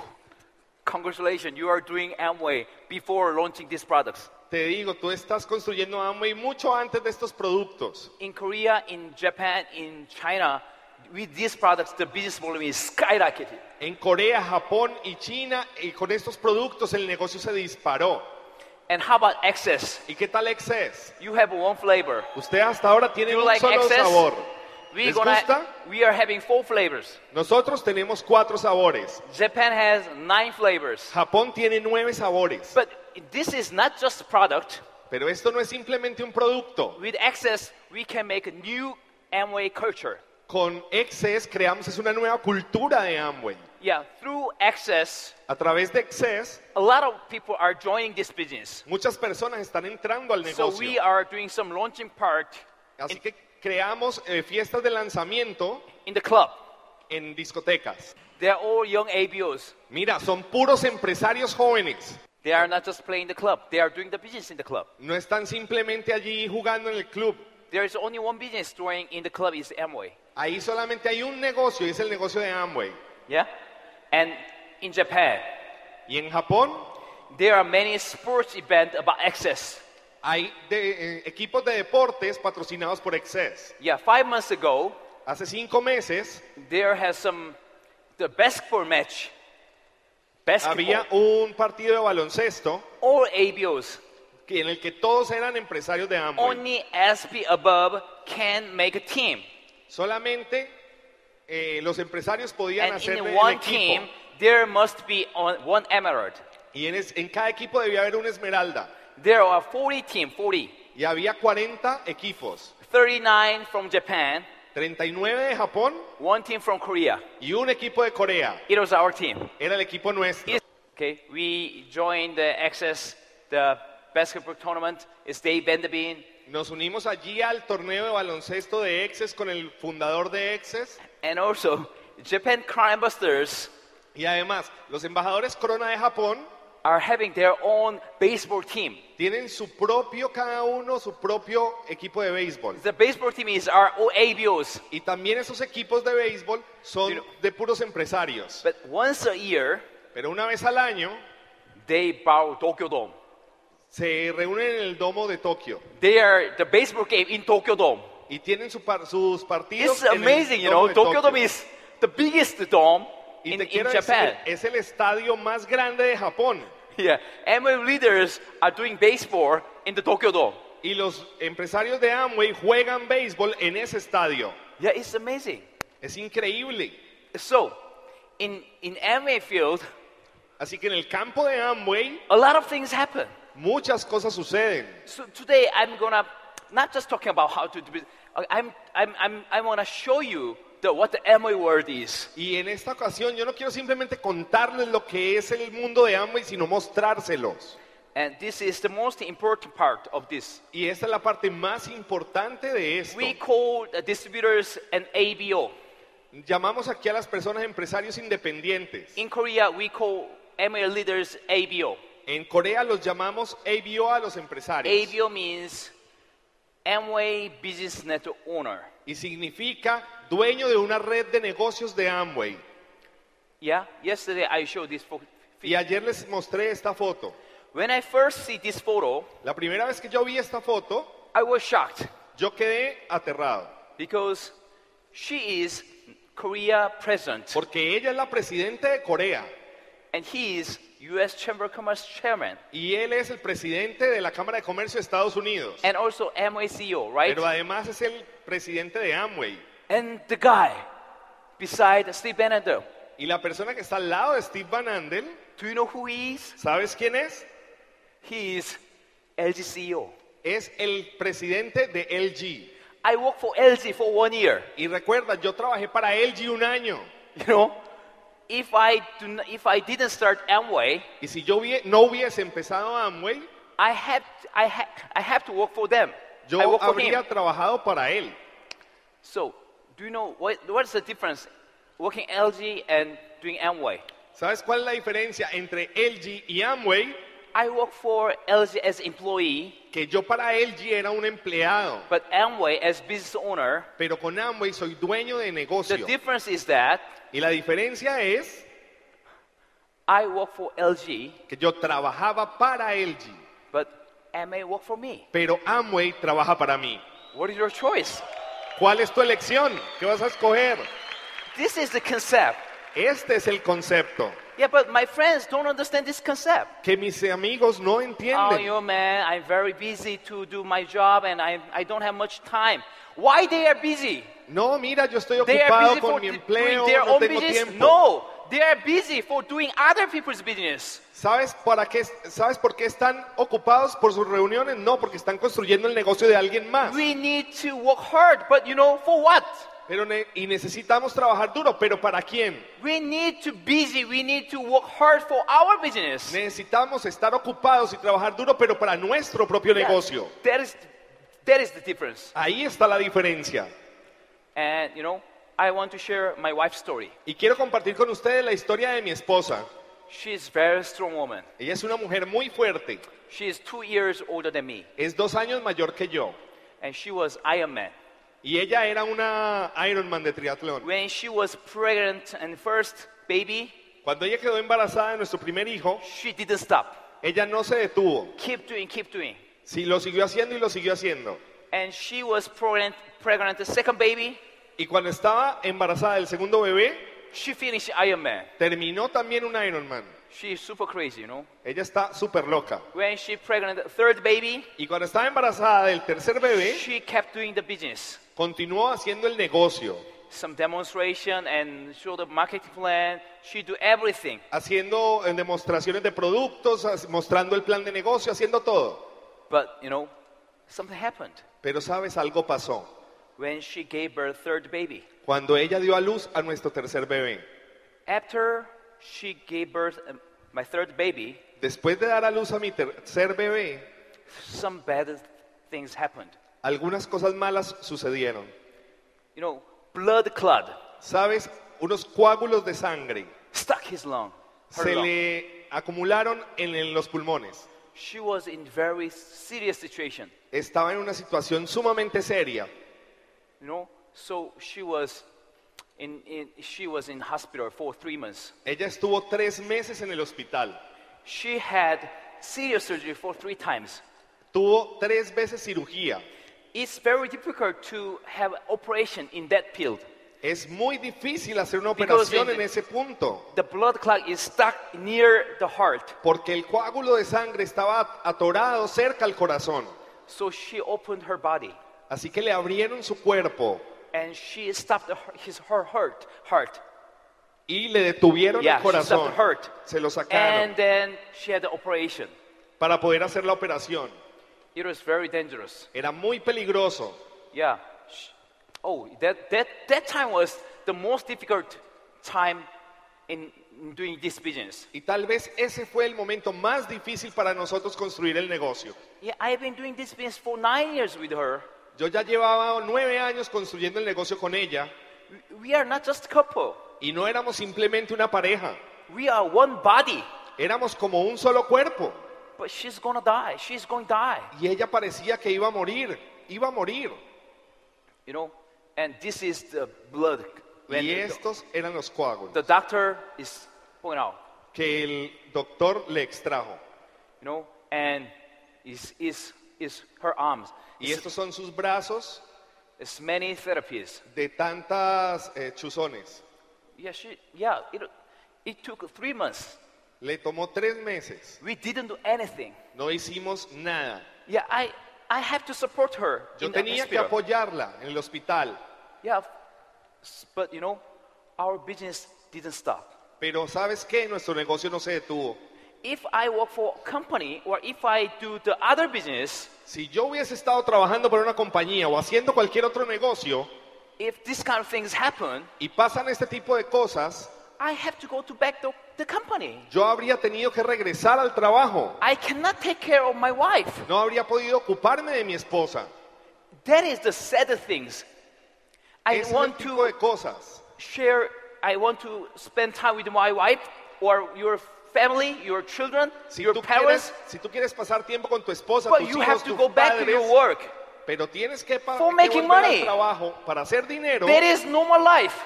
[SPEAKER 2] congratulations! You are doing Amway before launching these products
[SPEAKER 3] Te digo, tú estás construyendo Amway mucho antes de estos productos.
[SPEAKER 2] in Korea, in Japan, in China. With these products, the business volume is skyrocketed.
[SPEAKER 3] En Corea, Japón y China, y con estos productos el negocio se disparó.
[SPEAKER 2] And how about access?
[SPEAKER 3] ¿Y qué tal Excess?
[SPEAKER 2] You have one flavor.
[SPEAKER 3] Usted hasta ahora tiene
[SPEAKER 2] You
[SPEAKER 3] un
[SPEAKER 2] like
[SPEAKER 3] solo
[SPEAKER 2] Excess?
[SPEAKER 3] sabor.
[SPEAKER 2] We
[SPEAKER 3] ¿Les
[SPEAKER 2] gonna,
[SPEAKER 3] gusta?
[SPEAKER 2] we are having four flavors.
[SPEAKER 3] Nosotros tenemos cuatro sabores.
[SPEAKER 2] Japan has nine flavors.
[SPEAKER 3] Japón tiene nueve sabores.
[SPEAKER 2] But this is not just product.
[SPEAKER 3] Pero esto no es simplemente un producto.
[SPEAKER 2] With access, we can make a new Amway culture.
[SPEAKER 3] Con Excess creamos es una nueva cultura de Amway.
[SPEAKER 2] Yeah, through access,
[SPEAKER 3] A través de Excess,
[SPEAKER 2] a lot of people are joining this business.
[SPEAKER 3] muchas personas están entrando al
[SPEAKER 2] So we
[SPEAKER 3] negocio.
[SPEAKER 2] are doing some launching part
[SPEAKER 3] Así que creamos eh, fiestas de lanzamiento
[SPEAKER 2] in the club.
[SPEAKER 3] en discotecas.
[SPEAKER 2] They're all young ABOs.
[SPEAKER 3] Mira, son puros empresarios jóvenes.
[SPEAKER 2] They are not just playing the club, they are doing the business in the club.
[SPEAKER 3] No están simplemente allí jugando en el club.
[SPEAKER 2] There is only one business doing in the club is Amway.
[SPEAKER 3] Ahí solamente hay un negocio y es el negocio de Amway.
[SPEAKER 2] Yeah? And in Japan,
[SPEAKER 3] Y en Japón
[SPEAKER 2] there are many sports events about access.
[SPEAKER 3] hay de- eh, equipos de deportes patrocinados por Excess.
[SPEAKER 2] Yeah, five months ago,
[SPEAKER 3] Hace cinco meses
[SPEAKER 2] there has some the basketball match. Basketball.
[SPEAKER 3] había un partido de baloncesto
[SPEAKER 2] all ABOs,
[SPEAKER 3] que- en el que todos eran empresarios de Amway.
[SPEAKER 2] only SP above can make a team.
[SPEAKER 3] Solamente eh, los empresarios podían
[SPEAKER 2] And
[SPEAKER 3] hacer
[SPEAKER 2] in
[SPEAKER 3] el
[SPEAKER 2] one
[SPEAKER 3] equipo.
[SPEAKER 2] team, there must be on, one emerald.
[SPEAKER 3] Y en, es- en cada equipo debía haber una esmeralda.
[SPEAKER 2] There are 40 teams, 40.
[SPEAKER 3] Y había 40 equipos.
[SPEAKER 2] 39 from Japan,
[SPEAKER 3] 39 de Japón
[SPEAKER 2] one team from Korea.
[SPEAKER 3] y un equipo de Corea.
[SPEAKER 2] It was our team.
[SPEAKER 3] Era el equipo nuestro.
[SPEAKER 2] It- okay, we joined the access, the basketball tournament. It's Dave Benderbin,
[SPEAKER 3] Nos unimos allí al torneo de baloncesto de Exes con el fundador de Exes.
[SPEAKER 2] and also Japan Crime Busters
[SPEAKER 3] Y además, los embajadores Corona de Japón
[SPEAKER 2] are having their own baseball team.
[SPEAKER 3] tienen su propio, cada uno, su propio equipo de béisbol.
[SPEAKER 2] The baseball team is our OABOs.
[SPEAKER 3] Y también esos equipos de béisbol son de puros empresarios.
[SPEAKER 2] But once a year,
[SPEAKER 3] Pero una vez al año
[SPEAKER 2] they borrow Tokyo Dome.
[SPEAKER 3] se reúnen en el domo de Tokio
[SPEAKER 2] They are the baseball game in Tokyo Dome.
[SPEAKER 3] y tienen su par- sus partidos.
[SPEAKER 2] It's
[SPEAKER 3] en el
[SPEAKER 2] amazing, you know.
[SPEAKER 3] domo de
[SPEAKER 2] Tokyo Dome
[SPEAKER 3] Tokio.
[SPEAKER 2] is the biggest dome
[SPEAKER 3] Y
[SPEAKER 2] in,
[SPEAKER 3] te
[SPEAKER 2] in
[SPEAKER 3] quiero
[SPEAKER 2] Japan.
[SPEAKER 3] decir, es el estadio más grande de Japón.
[SPEAKER 2] Yeah, Amway leaders are doing baseball in the Tokyo Dome.
[SPEAKER 3] Y los empresarios de Amway juegan béisbol en ese estadio.
[SPEAKER 2] Yeah, it's amazing.
[SPEAKER 3] Es increíble.
[SPEAKER 2] So, in in Amway field,
[SPEAKER 3] Así que en el campo de Amway
[SPEAKER 2] A lot of things happen.
[SPEAKER 3] muchas cosas suceden.
[SPEAKER 2] So today I'm gonna not just talking about how to do business. I'm I'm I'm I wanna show you the, what the Amway world is.
[SPEAKER 3] Y en esta ocasión yo no quiero simplemente contarles lo que es el mundo de Amway, sino mostrárselos.
[SPEAKER 2] And this is the most important part of this.
[SPEAKER 3] Y esta es la parte más importante de esto.
[SPEAKER 2] We call the distributors an ABO.
[SPEAKER 3] Llamamos aquí a las personas empresarios independientes.
[SPEAKER 2] In Korea, we call Amway leaders ABO.
[SPEAKER 3] En Corea los llamamos ABO a los empresarios.
[SPEAKER 2] ABO means Amway Business Network Owner.
[SPEAKER 3] Y significa dueño de una red de negocios de Amway.
[SPEAKER 2] Yeah, yesterday I showed this photo.
[SPEAKER 3] Y ayer les mostré esta foto.
[SPEAKER 2] When I first see this photo,
[SPEAKER 3] La primera vez que yo vi esta foto,
[SPEAKER 2] I was shocked
[SPEAKER 3] yo quedé aterrado.
[SPEAKER 2] because she is Korea president
[SPEAKER 3] Porque ella es la presidenta de Corea
[SPEAKER 2] and he is U.S. Chamber of Commerce chairman
[SPEAKER 3] y él es el presidente de la Cámara de Comercio de Estados Unidos.
[SPEAKER 2] and also Amway CEO, E right?
[SPEAKER 3] Pero además es el presidente de Amway.
[SPEAKER 2] And the guy beside Steve Bannon,
[SPEAKER 3] Y la persona que está al lado de Steve Van Andel,
[SPEAKER 2] do you know who he is?
[SPEAKER 3] ¿sabes quién es?
[SPEAKER 2] He is LG CEO.
[SPEAKER 3] Es el presidente de LG.
[SPEAKER 2] I worked for LG for one year.
[SPEAKER 3] Y recuerda, yo trabajé para LG un año.
[SPEAKER 2] You know, if I do not, if I didn't start Amway,
[SPEAKER 3] Y si yo hubie- no hubiese empezado Amway,
[SPEAKER 2] I have I have I have to work for them. I
[SPEAKER 3] yo
[SPEAKER 2] work for him.
[SPEAKER 3] habría trabajado para él.
[SPEAKER 2] So, do you know what what's the difference working LG and doing Amway?
[SPEAKER 3] ¿Sabes cuál es la diferencia entre LG y Amway?
[SPEAKER 2] I work for LG as employee,
[SPEAKER 3] Que yo para LG era un empleado,
[SPEAKER 2] but Amway as business owner.
[SPEAKER 3] pero con Amway soy dueño de
[SPEAKER 2] The
[SPEAKER 3] negocio.
[SPEAKER 2] difference is that
[SPEAKER 3] Y la diferencia es
[SPEAKER 2] I work for LG,
[SPEAKER 3] que yo trabajaba para LG,
[SPEAKER 2] but MA work for me.
[SPEAKER 3] pero Amway trabaja para mí.
[SPEAKER 2] What is your choice?
[SPEAKER 3] ¿Cuál es tu elección? ¿Qué vas a escoger?
[SPEAKER 2] This is the concept.
[SPEAKER 3] Este es el concepto
[SPEAKER 2] Yeah, but my friends don't understand this concept.
[SPEAKER 3] que mis amigos no
[SPEAKER 2] Oh,
[SPEAKER 3] entienden.
[SPEAKER 2] you man, I'm very busy to do my job and I, I don't have much time. Why they are busy?
[SPEAKER 3] No, mira, yo estoy
[SPEAKER 2] They are
[SPEAKER 3] ocupado
[SPEAKER 2] busy for
[SPEAKER 3] con mi
[SPEAKER 2] d-
[SPEAKER 3] empleo,
[SPEAKER 2] doing their
[SPEAKER 3] no
[SPEAKER 2] own
[SPEAKER 3] tengo
[SPEAKER 2] business?
[SPEAKER 3] tiempo.
[SPEAKER 2] No, they are busy for doing other people's business.
[SPEAKER 3] ¿Sabes, para qué, ¿Sabes por qué están ocupados por sus reuniones? No, porque están construyendo el negocio de alguien más.
[SPEAKER 2] We need to work hard, but you know, for what?
[SPEAKER 3] Pero ne- y necesitamos trabajar duro, pero ¿para quién?
[SPEAKER 2] We need to busy, we need to work hard for our business.
[SPEAKER 3] Necesitamos estar ocupados y trabajar duro, pero para nuestro propio
[SPEAKER 2] Yeah,
[SPEAKER 3] negocio.
[SPEAKER 2] That is, that is the difference.
[SPEAKER 3] Ahí está la diferencia.
[SPEAKER 2] And you know, I want to share my wife's story.
[SPEAKER 3] Y quiero compartir con ustedes la historia de mi esposa.
[SPEAKER 2] She's very strong woman.
[SPEAKER 3] Ella es una mujer muy fuerte.
[SPEAKER 2] She is two years older than me,
[SPEAKER 3] Es dos años mayor que yo.
[SPEAKER 2] and she was Iron Man.
[SPEAKER 3] Y ella era una Ironman de triatlón.
[SPEAKER 2] When she was pregnant and first baby,
[SPEAKER 3] Cuando ella quedó embarazada de nuestro primer hijo,
[SPEAKER 2] she didn't stop.
[SPEAKER 3] ella no se detuvo.
[SPEAKER 2] Keep doing, keep doing.
[SPEAKER 3] Sí, lo siguió haciendo y lo siguió haciendo.
[SPEAKER 2] And she was pregnant, pregnant the second baby.
[SPEAKER 3] Y cuando estaba embarazada del segundo bebé,
[SPEAKER 2] She finished Iron Man.
[SPEAKER 3] terminó también un Ironman.
[SPEAKER 2] She's super crazy, you know.
[SPEAKER 3] Ella está súper loca.
[SPEAKER 2] When she pregnant the third baby,
[SPEAKER 3] Y cuando estaba embarazada del tercer bebé,
[SPEAKER 2] she kept doing the business,
[SPEAKER 3] continuó haciendo el negocio,
[SPEAKER 2] some demonstration and show the marketing plan. She do everything.
[SPEAKER 3] haciendo eh, demostraciones de productos, as- mostrando el plan de negocio, haciendo todo.
[SPEAKER 2] But you know, something happened
[SPEAKER 3] Pero sabes, algo pasó.
[SPEAKER 2] when she gave birth third baby.
[SPEAKER 3] Cuando ella dio a luz a nuestro tercer bebé,
[SPEAKER 2] After she gave birth um, my third baby,
[SPEAKER 3] después de dar a luz a mi tercer bebé,
[SPEAKER 2] some bad things happened.
[SPEAKER 3] algunas cosas malas sucedieron.
[SPEAKER 2] You know, blood clot
[SPEAKER 3] Sabes, unos coágulos de sangre
[SPEAKER 2] stuck his lung. Her
[SPEAKER 3] se
[SPEAKER 2] lung.
[SPEAKER 3] le acumularon en, en los pulmones.
[SPEAKER 2] She was in very serious situation.
[SPEAKER 3] Estaba en una situación sumamente seria.
[SPEAKER 2] You know, so she was in, in she was in hospital for three months.
[SPEAKER 3] Ella estuvo tres meses en el hospital.
[SPEAKER 2] She had serious surgery for three times.
[SPEAKER 3] Tuvo tres veces cirugía.
[SPEAKER 2] It's very difficult to have operation in that field.
[SPEAKER 3] Es muy difícil hacer una
[SPEAKER 2] Because
[SPEAKER 3] operación
[SPEAKER 2] in-
[SPEAKER 3] en ese punto,
[SPEAKER 2] The blood clot is stuck near the heart.
[SPEAKER 3] porque el coágulo de sangre estaba atorado cerca al corazón.
[SPEAKER 2] So she opened her body
[SPEAKER 3] Así que le abrieron su cuerpo
[SPEAKER 2] and she stopped the, his her heart heart.
[SPEAKER 3] Y le detuvieron
[SPEAKER 2] Yeah,
[SPEAKER 3] el
[SPEAKER 2] she
[SPEAKER 3] corazón.
[SPEAKER 2] suffered hurt.
[SPEAKER 3] Se lo sacaron
[SPEAKER 2] And then she had the operation.
[SPEAKER 3] para poder hacer la operación.
[SPEAKER 2] It was very dangerous.
[SPEAKER 3] Era muy peligroso.
[SPEAKER 2] Yeah. Sh- Oh, that, that, that time was the most difficult time in in doing this business.
[SPEAKER 3] Y tal vez ese fue el momento más difícil para nosotros construir el negocio.
[SPEAKER 2] Yeah, I've been doing this business for nine years with her.
[SPEAKER 3] Yo ya llevaba nueve años construyendo el negocio con ella
[SPEAKER 2] We- We are not just a couple.
[SPEAKER 3] y no éramos simplemente una pareja.
[SPEAKER 2] We are one body.
[SPEAKER 3] Éramos como un solo cuerpo.
[SPEAKER 2] But she's gonna die. She's going to die.
[SPEAKER 3] Y ella parecía que iba a morir, iba a morir.
[SPEAKER 2] You know? And this is the blood. When
[SPEAKER 3] Y
[SPEAKER 2] the,
[SPEAKER 3] estos eran los coágulos
[SPEAKER 2] the doctor is pulling out.
[SPEAKER 3] que el doctor le extrajo.
[SPEAKER 2] You know? And is is is her arms.
[SPEAKER 3] Y
[SPEAKER 2] It's,
[SPEAKER 3] estos son sus brazos
[SPEAKER 2] it's many therapies.
[SPEAKER 3] de tantas eh, chuzones.
[SPEAKER 2] Yeah, she, yeah. It, it took three months.
[SPEAKER 3] Le tomó tres meses.
[SPEAKER 2] We didn't do anything.
[SPEAKER 3] No hicimos nada.
[SPEAKER 2] Yeah, I, I have to support her.
[SPEAKER 3] Yo
[SPEAKER 2] in the
[SPEAKER 3] tenía que
[SPEAKER 2] hospital.
[SPEAKER 3] apoyarla en el hospital.
[SPEAKER 2] Yeah, s- but you know, our business didn't stop.
[SPEAKER 3] Pero ¿sabes qué? Nuestro negocio no se detuvo.
[SPEAKER 2] If I work for a company or if I do the other business,
[SPEAKER 3] Si yo hubiese estado trabajando para una compañía o haciendo cualquier otro negocio
[SPEAKER 2] if this kind of things happen,
[SPEAKER 3] y pasan este tipo de cosas,
[SPEAKER 2] I have to go to back the, the company.
[SPEAKER 3] yo habría tenido que regresar al trabajo.
[SPEAKER 2] I cannot take care of my wife.
[SPEAKER 3] No habría podido ocuparme de mi esposa.
[SPEAKER 2] That is the sad things. I
[SPEAKER 3] Ese es el
[SPEAKER 2] want
[SPEAKER 3] tipo
[SPEAKER 2] to
[SPEAKER 3] de cosas.
[SPEAKER 2] share, I want to spend time with my wife or your family, your children,
[SPEAKER 3] Si
[SPEAKER 2] your
[SPEAKER 3] tú,
[SPEAKER 2] parents,
[SPEAKER 3] quieres, si tú quieres pasar tiempo con tu esposa,
[SPEAKER 2] but
[SPEAKER 3] tus
[SPEAKER 2] you
[SPEAKER 3] hijos,
[SPEAKER 2] have to
[SPEAKER 3] tus
[SPEAKER 2] go back to
[SPEAKER 3] padres,
[SPEAKER 2] your work.
[SPEAKER 3] pero tienes que, pa-
[SPEAKER 2] For
[SPEAKER 3] que
[SPEAKER 2] making
[SPEAKER 3] volver
[SPEAKER 2] money.
[SPEAKER 3] al trabajo para hacer dinero.
[SPEAKER 2] There is no more life.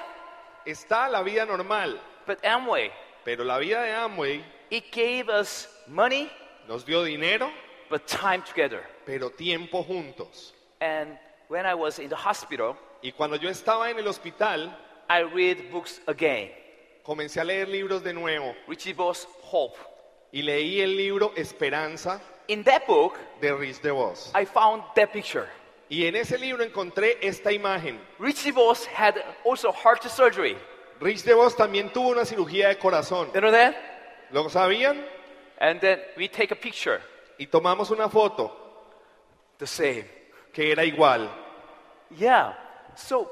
[SPEAKER 3] Está la vida normal,
[SPEAKER 2] But Amway,
[SPEAKER 3] pero la vida de Amway
[SPEAKER 2] it gave us money,
[SPEAKER 3] nos dio dinero,
[SPEAKER 2] but time together.
[SPEAKER 3] pero tiempo juntos.
[SPEAKER 2] And when I was in the hospital,
[SPEAKER 3] Y cuando yo estaba en el hospital,
[SPEAKER 2] I read books again.
[SPEAKER 3] Comencé a leer libros de nuevo
[SPEAKER 2] Richie Boss Hope.
[SPEAKER 3] y leí el libro Esperanza
[SPEAKER 2] In that book,
[SPEAKER 3] de Rich DeVos.
[SPEAKER 2] I found that picture.
[SPEAKER 3] Y en ese libro encontré esta imagen.
[SPEAKER 2] Richie Boss had also heart surgery.
[SPEAKER 3] Rich DeVos también tuvo una cirugía de corazón.
[SPEAKER 2] You know that?
[SPEAKER 3] ¿Lo sabían?
[SPEAKER 2] And then we take a picture,
[SPEAKER 3] Y tomamos una foto
[SPEAKER 2] the same.
[SPEAKER 3] que era igual.
[SPEAKER 2] Yeah. So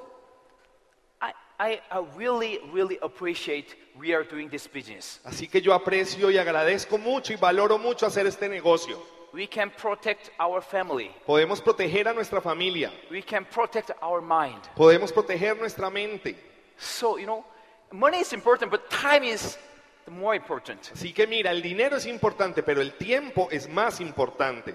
[SPEAKER 2] I, I, I really, really appreciate we are doing this business.
[SPEAKER 3] Así que yo aprecio y agradezco mucho y valoro mucho hacer este negocio.
[SPEAKER 2] We can protect our family.
[SPEAKER 3] Podemos proteger a nuestra familia,
[SPEAKER 2] We can protect our mind.
[SPEAKER 3] podemos proteger nuestra mente.
[SPEAKER 2] So, you know, money is important, but time is the more important.
[SPEAKER 3] Así que mira, el dinero es importante, pero el tiempo es más importante.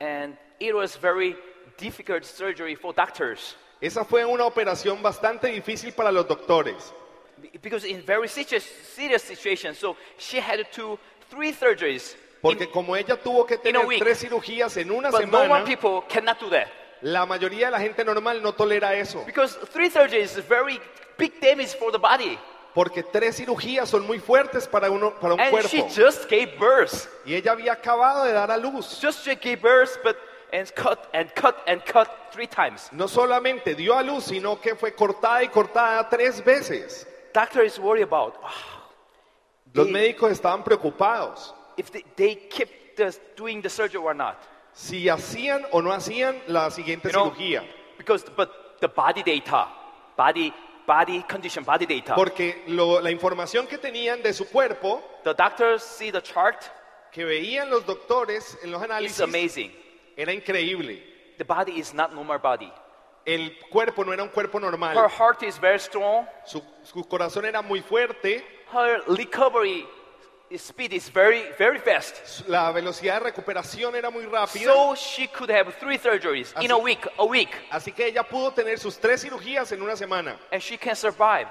[SPEAKER 2] And it was very difficult surgery for doctors
[SPEAKER 3] Esa fue una operación bastante difícil para los doctores.
[SPEAKER 2] be- because in very situ- serious situation. So she had to three surgeries.
[SPEAKER 3] Porque como ella tuvo que tener
[SPEAKER 2] week.
[SPEAKER 3] tres cirugías en una
[SPEAKER 2] But no
[SPEAKER 3] semana,
[SPEAKER 2] one people cannot do that
[SPEAKER 3] la mayoría de la gente normal no tolera eso.
[SPEAKER 2] because three surgeries is very big damage for the body.
[SPEAKER 3] Porque tres cirugías son muy fuertes para, uno, para un
[SPEAKER 2] And she
[SPEAKER 3] cuerpo.
[SPEAKER 2] just gave birth.
[SPEAKER 3] Y ella había acabado de dar a luz.
[SPEAKER 2] Just she gave birth, but and cut and cut and cut three times.
[SPEAKER 3] No solamente dio a luz, sino que fue cortada y cortada tres veces.
[SPEAKER 2] Doctor is worried about "Ah,
[SPEAKER 3] Los
[SPEAKER 2] Y-
[SPEAKER 3] médicos estaban preocupados
[SPEAKER 2] if they, they keep the, doing the surgery or not.
[SPEAKER 3] si hacían o no hacían la siguiente
[SPEAKER 2] You know,
[SPEAKER 3] cirugía.
[SPEAKER 2] Because but the body data, body body condition, body data.
[SPEAKER 3] Porque lo- la información que tenían de su cuerpo,
[SPEAKER 2] the doctors see the chart.
[SPEAKER 3] que veían los doctores en los
[SPEAKER 2] It's
[SPEAKER 3] análisis,
[SPEAKER 2] amazing.
[SPEAKER 3] era increíble.
[SPEAKER 2] The body is not normal body.
[SPEAKER 3] El cuerpo no era un cuerpo normal.
[SPEAKER 2] Her heart is very strong.
[SPEAKER 3] Su, su corazón era muy fuerte.
[SPEAKER 2] Her recovery speed is very very fast.
[SPEAKER 3] su- La velocidad de recuperación era muy rápida.
[SPEAKER 2] So she could have three surgeries in a
[SPEAKER 3] Así-
[SPEAKER 2] week, a week,
[SPEAKER 3] así que ella pudo tener sus tres cirugías en una semana
[SPEAKER 2] and she can survive.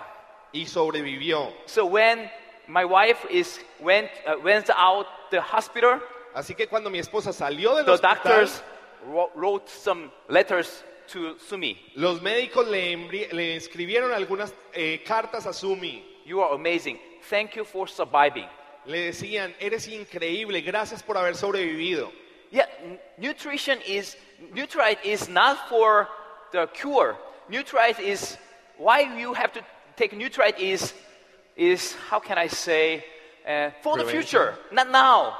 [SPEAKER 3] y sobrevivió.
[SPEAKER 2] So when my wife is went uh, went out the hospital,
[SPEAKER 3] Así que cuando mi esposa salió del
[SPEAKER 2] the
[SPEAKER 3] hospital,
[SPEAKER 2] doctors wro- wrote some letters to Sumi.
[SPEAKER 3] los médicos le, envi- le escribieron algunas eh, cartas a Sumi.
[SPEAKER 2] You are amazing. Thank you for surviving.
[SPEAKER 3] Le decían, eres increíble, gracias por haber sobrevivido.
[SPEAKER 2] Yeah, n- nutrition is nutrite is not for the cure. Nutrite is why you have to take nutrite is is how can I say uh, for the
[SPEAKER 3] Prevention.
[SPEAKER 2] future, not now.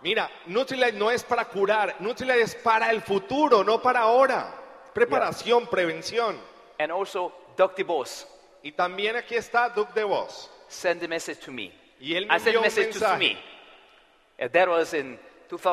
[SPEAKER 3] Mira, Nutrilite no es para curar, Nutrilite es para el futuro, no para ahora. Preparación, prevención.
[SPEAKER 2] And also, Dr. Boss
[SPEAKER 3] Y también aquí está Duke de Vos.
[SPEAKER 2] sent a message to me.
[SPEAKER 3] Y él me
[SPEAKER 2] I sent
[SPEAKER 3] envió
[SPEAKER 2] a
[SPEAKER 3] un
[SPEAKER 2] message to
[SPEAKER 3] mensaje.
[SPEAKER 2] me. And that was in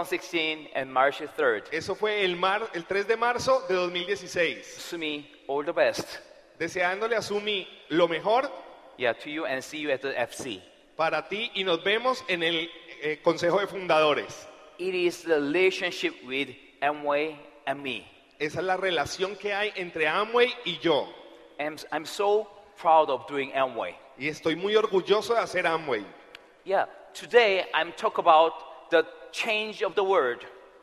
[SPEAKER 2] 2016 and March 3rd.
[SPEAKER 3] Eso fue el, mar, el 3 de marzo de 2016.
[SPEAKER 2] Sumi, all the best.
[SPEAKER 3] Deseándole a Sumi lo mejor
[SPEAKER 2] Yeah, to you and see you at the FC.
[SPEAKER 3] para ti y nos vemos en el eh, Consejo de Fundadores.
[SPEAKER 2] It is the relationship with Amway and me.
[SPEAKER 3] Esa es la relación que hay entre Amway y yo.
[SPEAKER 2] I'm, I'm so proud of doing Amway.
[SPEAKER 3] Y estoy muy orgulloso de hacer Amway.
[SPEAKER 2] Yeah, today I'm talk about the change of the world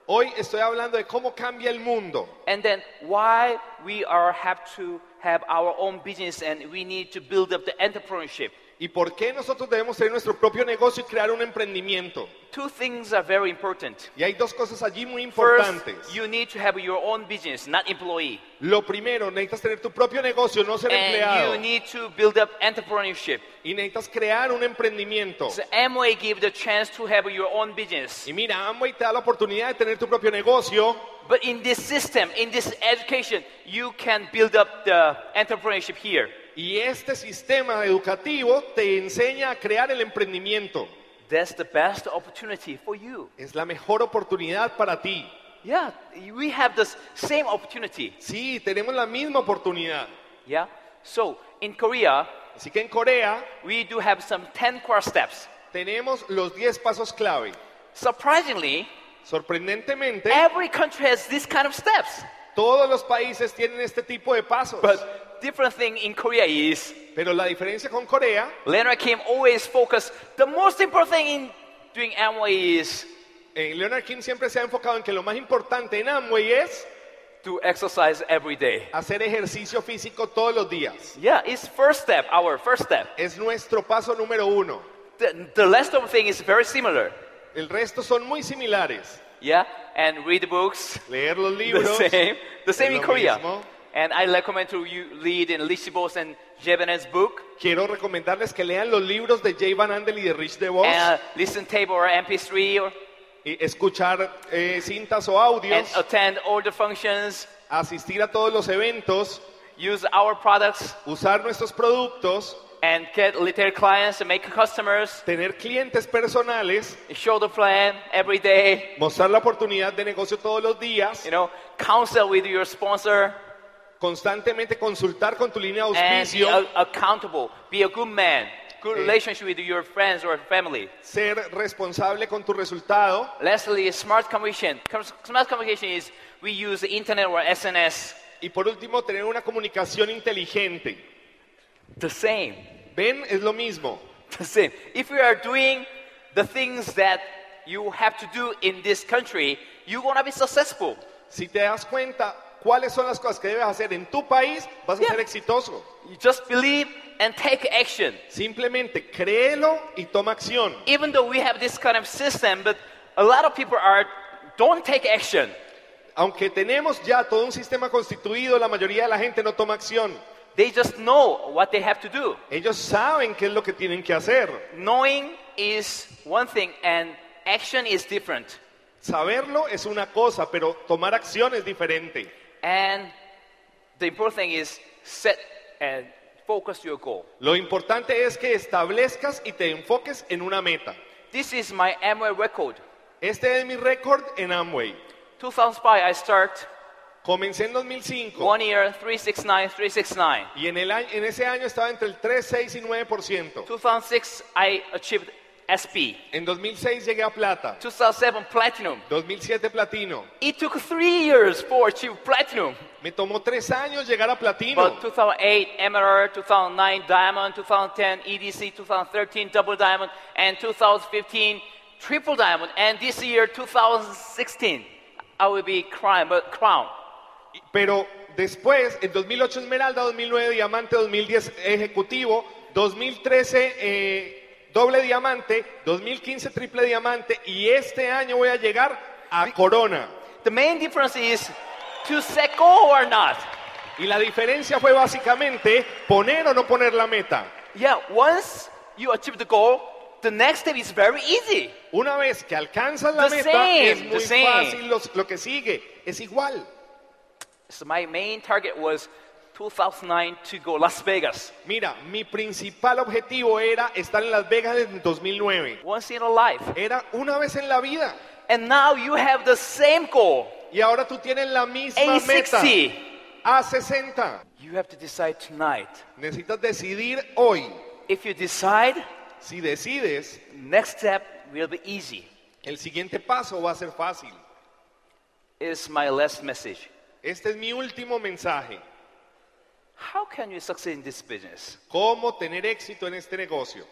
[SPEAKER 3] Hoy estoy hablando de cómo cambia el mundo
[SPEAKER 2] and then why we are have to have our own business and we need to build up the entrepreneurship.
[SPEAKER 3] y por qué nosotros debemos tener nuestro propio negocio y crear un emprendimiento.
[SPEAKER 2] Two things are very important.
[SPEAKER 3] Y hay dos cosas allí muy
[SPEAKER 2] First,
[SPEAKER 3] importantes.
[SPEAKER 2] you need to have your own business, not employee.
[SPEAKER 3] Lo primero, necesitas tener tu propio negocio, no ser
[SPEAKER 2] And
[SPEAKER 3] empleado.
[SPEAKER 2] Eh, you need to build up entrepreneurship.
[SPEAKER 3] Y necesitas crear un emprendimiento.
[SPEAKER 2] So Amway give the chance to have your own business.
[SPEAKER 3] Y mira, Amway te da la oportunidad de tener tu propio negocio,
[SPEAKER 2] But in this system, in this education, you can build up the entrepreneurship here.
[SPEAKER 3] Y este sistema educativo te enseña a crear el emprendimiento.
[SPEAKER 2] That's the best opportunity for you.
[SPEAKER 3] Es la mejor oportunidad para ti.
[SPEAKER 2] Yeah, we have the same opportunity.
[SPEAKER 3] Sí, tenemos la misma oportunidad.
[SPEAKER 2] Yeah. So in Korea,
[SPEAKER 3] Así que en Corea
[SPEAKER 2] we do have some 10 core steps.
[SPEAKER 3] tenemos los 10 pasos clave.
[SPEAKER 2] Surprisingly,
[SPEAKER 3] Sorprendentemente,
[SPEAKER 2] every country has this kind of steps.
[SPEAKER 3] todos los países tienen este tipo de pasos.
[SPEAKER 2] But different thing in Korea is
[SPEAKER 3] Pero la diferencia con Corea,
[SPEAKER 2] Leonard Kim always focus. The most important thing in doing Amway is
[SPEAKER 3] eh, Leonard King siempre se ha enfocado en que lo más importante en Amway es
[SPEAKER 2] to exercise every day.
[SPEAKER 3] hacer ejercicio físico todos los días.
[SPEAKER 2] Yeah, it's first step, our first step.
[SPEAKER 3] Es nuestro paso número uno.
[SPEAKER 2] The, the last of thing is very similar.
[SPEAKER 3] El resto son muy similares.
[SPEAKER 2] Yeah, and read books.
[SPEAKER 3] Leer los
[SPEAKER 2] The
[SPEAKER 3] libros.
[SPEAKER 2] same, the same
[SPEAKER 3] es
[SPEAKER 2] in
[SPEAKER 3] lo
[SPEAKER 2] Korea.
[SPEAKER 3] mismo.
[SPEAKER 2] And I recommend to you read in Lishibo's and Jebene's book
[SPEAKER 3] Quiero recomendarles que lean los libros de Jay Van Andel y de Rich DeVos
[SPEAKER 2] and listen tape or MP3 or,
[SPEAKER 3] y escuchar eh, cintas o
[SPEAKER 2] and
[SPEAKER 3] audios,
[SPEAKER 2] attend all the functions.
[SPEAKER 3] asistir a todos los eventos,
[SPEAKER 2] Use our products
[SPEAKER 3] usar nuestros productos,
[SPEAKER 2] and get little clients and make customers.
[SPEAKER 3] tener clientes personales,
[SPEAKER 2] Show the plan every day.
[SPEAKER 3] mostrar la oportunidad de negocio todos los días,
[SPEAKER 2] You know, counsel with your sponsor
[SPEAKER 3] constantemente consultar con tu línea de
[SPEAKER 2] and be
[SPEAKER 3] auspicio,
[SPEAKER 2] a- accountable. Be a good man. Good
[SPEAKER 3] Eh.
[SPEAKER 2] relationship with your friends or family.
[SPEAKER 3] ser responsable con tu resultado.
[SPEAKER 2] Lastly, is smart communication. Com- Smart communication is we use the internet or SNS
[SPEAKER 3] Y por último, tener una comunicación inteligente.
[SPEAKER 2] the same.
[SPEAKER 3] Ven, es lo mismo.
[SPEAKER 2] The same. If you are doing the things that you have to do in this country, you're gonna be successful.
[SPEAKER 3] Si te das cuenta cuáles son las cosas que debes hacer en tu país, vas a
[SPEAKER 2] Yeah.
[SPEAKER 3] ser exitoso.
[SPEAKER 2] You just believe and take action.
[SPEAKER 3] Simplemente créelo y toma acción.
[SPEAKER 2] Even though we have this kind of system, but a lot of people are don't take action.
[SPEAKER 3] Aunque tenemos ya todo un sistema constituido, la mayoría de la gente no toma acción.
[SPEAKER 2] They just know what they have to do.
[SPEAKER 3] Ellos saben qué es lo que tienen que hacer.
[SPEAKER 2] Knowing is one thing and action is different.
[SPEAKER 3] Saberlo es una cosa, pero tomar acción es diferente.
[SPEAKER 2] And the important thing is set and focus your goal.
[SPEAKER 3] Lo importante es que establezcas y te enfoques en una meta.
[SPEAKER 2] This is my Amway record.
[SPEAKER 3] Este es mi récord en Amway.
[SPEAKER 2] 2005, I start
[SPEAKER 3] Comencé en 2005
[SPEAKER 2] one year 369, 369.
[SPEAKER 3] y en, el año- en ese año estaba entre el 3, 6 y 9%.
[SPEAKER 2] 2006, I achieved SP.
[SPEAKER 3] En 2006 llegué a plata,
[SPEAKER 2] 2007, platinum.
[SPEAKER 3] 2007 platino.
[SPEAKER 2] It took three years for achieve platinum.
[SPEAKER 3] Me tomó tres años llegar a platino.
[SPEAKER 2] But 2008, emerald, 2009, diamond, 2010, EDC, 2013, double diamond, and 2015, triple diamond. And this year, 2016, I will be crowned. But crown.
[SPEAKER 3] Pero después, en 2008 Esmeralda, 2009 Diamante, 2010 Ejecutivo, 2013 eh, Doble Diamante, 2015 Triple Diamante y este año voy a llegar a Corona.
[SPEAKER 2] The main difference is to set goal or not.
[SPEAKER 3] Y la diferencia fue básicamente poner o no poner la meta.
[SPEAKER 2] Yeah, once you achieve the goal, the next step is very easy.
[SPEAKER 3] Una vez que alcanzas la
[SPEAKER 2] The
[SPEAKER 3] meta,
[SPEAKER 2] same,
[SPEAKER 3] es muy
[SPEAKER 2] the same.
[SPEAKER 3] fácil los- lo que sigue. Es igual.
[SPEAKER 2] So my main target was 2009 to go Las Vegas.
[SPEAKER 3] Mira, mi principal objetivo era estar en Las Vegas en 2009.
[SPEAKER 2] Once in a life.
[SPEAKER 3] Era una vez en la vida.
[SPEAKER 2] And now you have the same goal.
[SPEAKER 3] Y ahora tú tienes la misma meta.
[SPEAKER 2] A60.
[SPEAKER 3] A 60.
[SPEAKER 2] You have to decide tonight.
[SPEAKER 3] Necesitas decidir hoy.
[SPEAKER 2] If you decide,
[SPEAKER 3] Si decides,
[SPEAKER 2] next step will be easy.
[SPEAKER 3] el siguiente paso va a ser fácil.
[SPEAKER 2] Is my last message.
[SPEAKER 3] Este es mi último mensaje.
[SPEAKER 2] How can you succeed in this business?
[SPEAKER 3] ¿Cómo tener éxito en este negocio?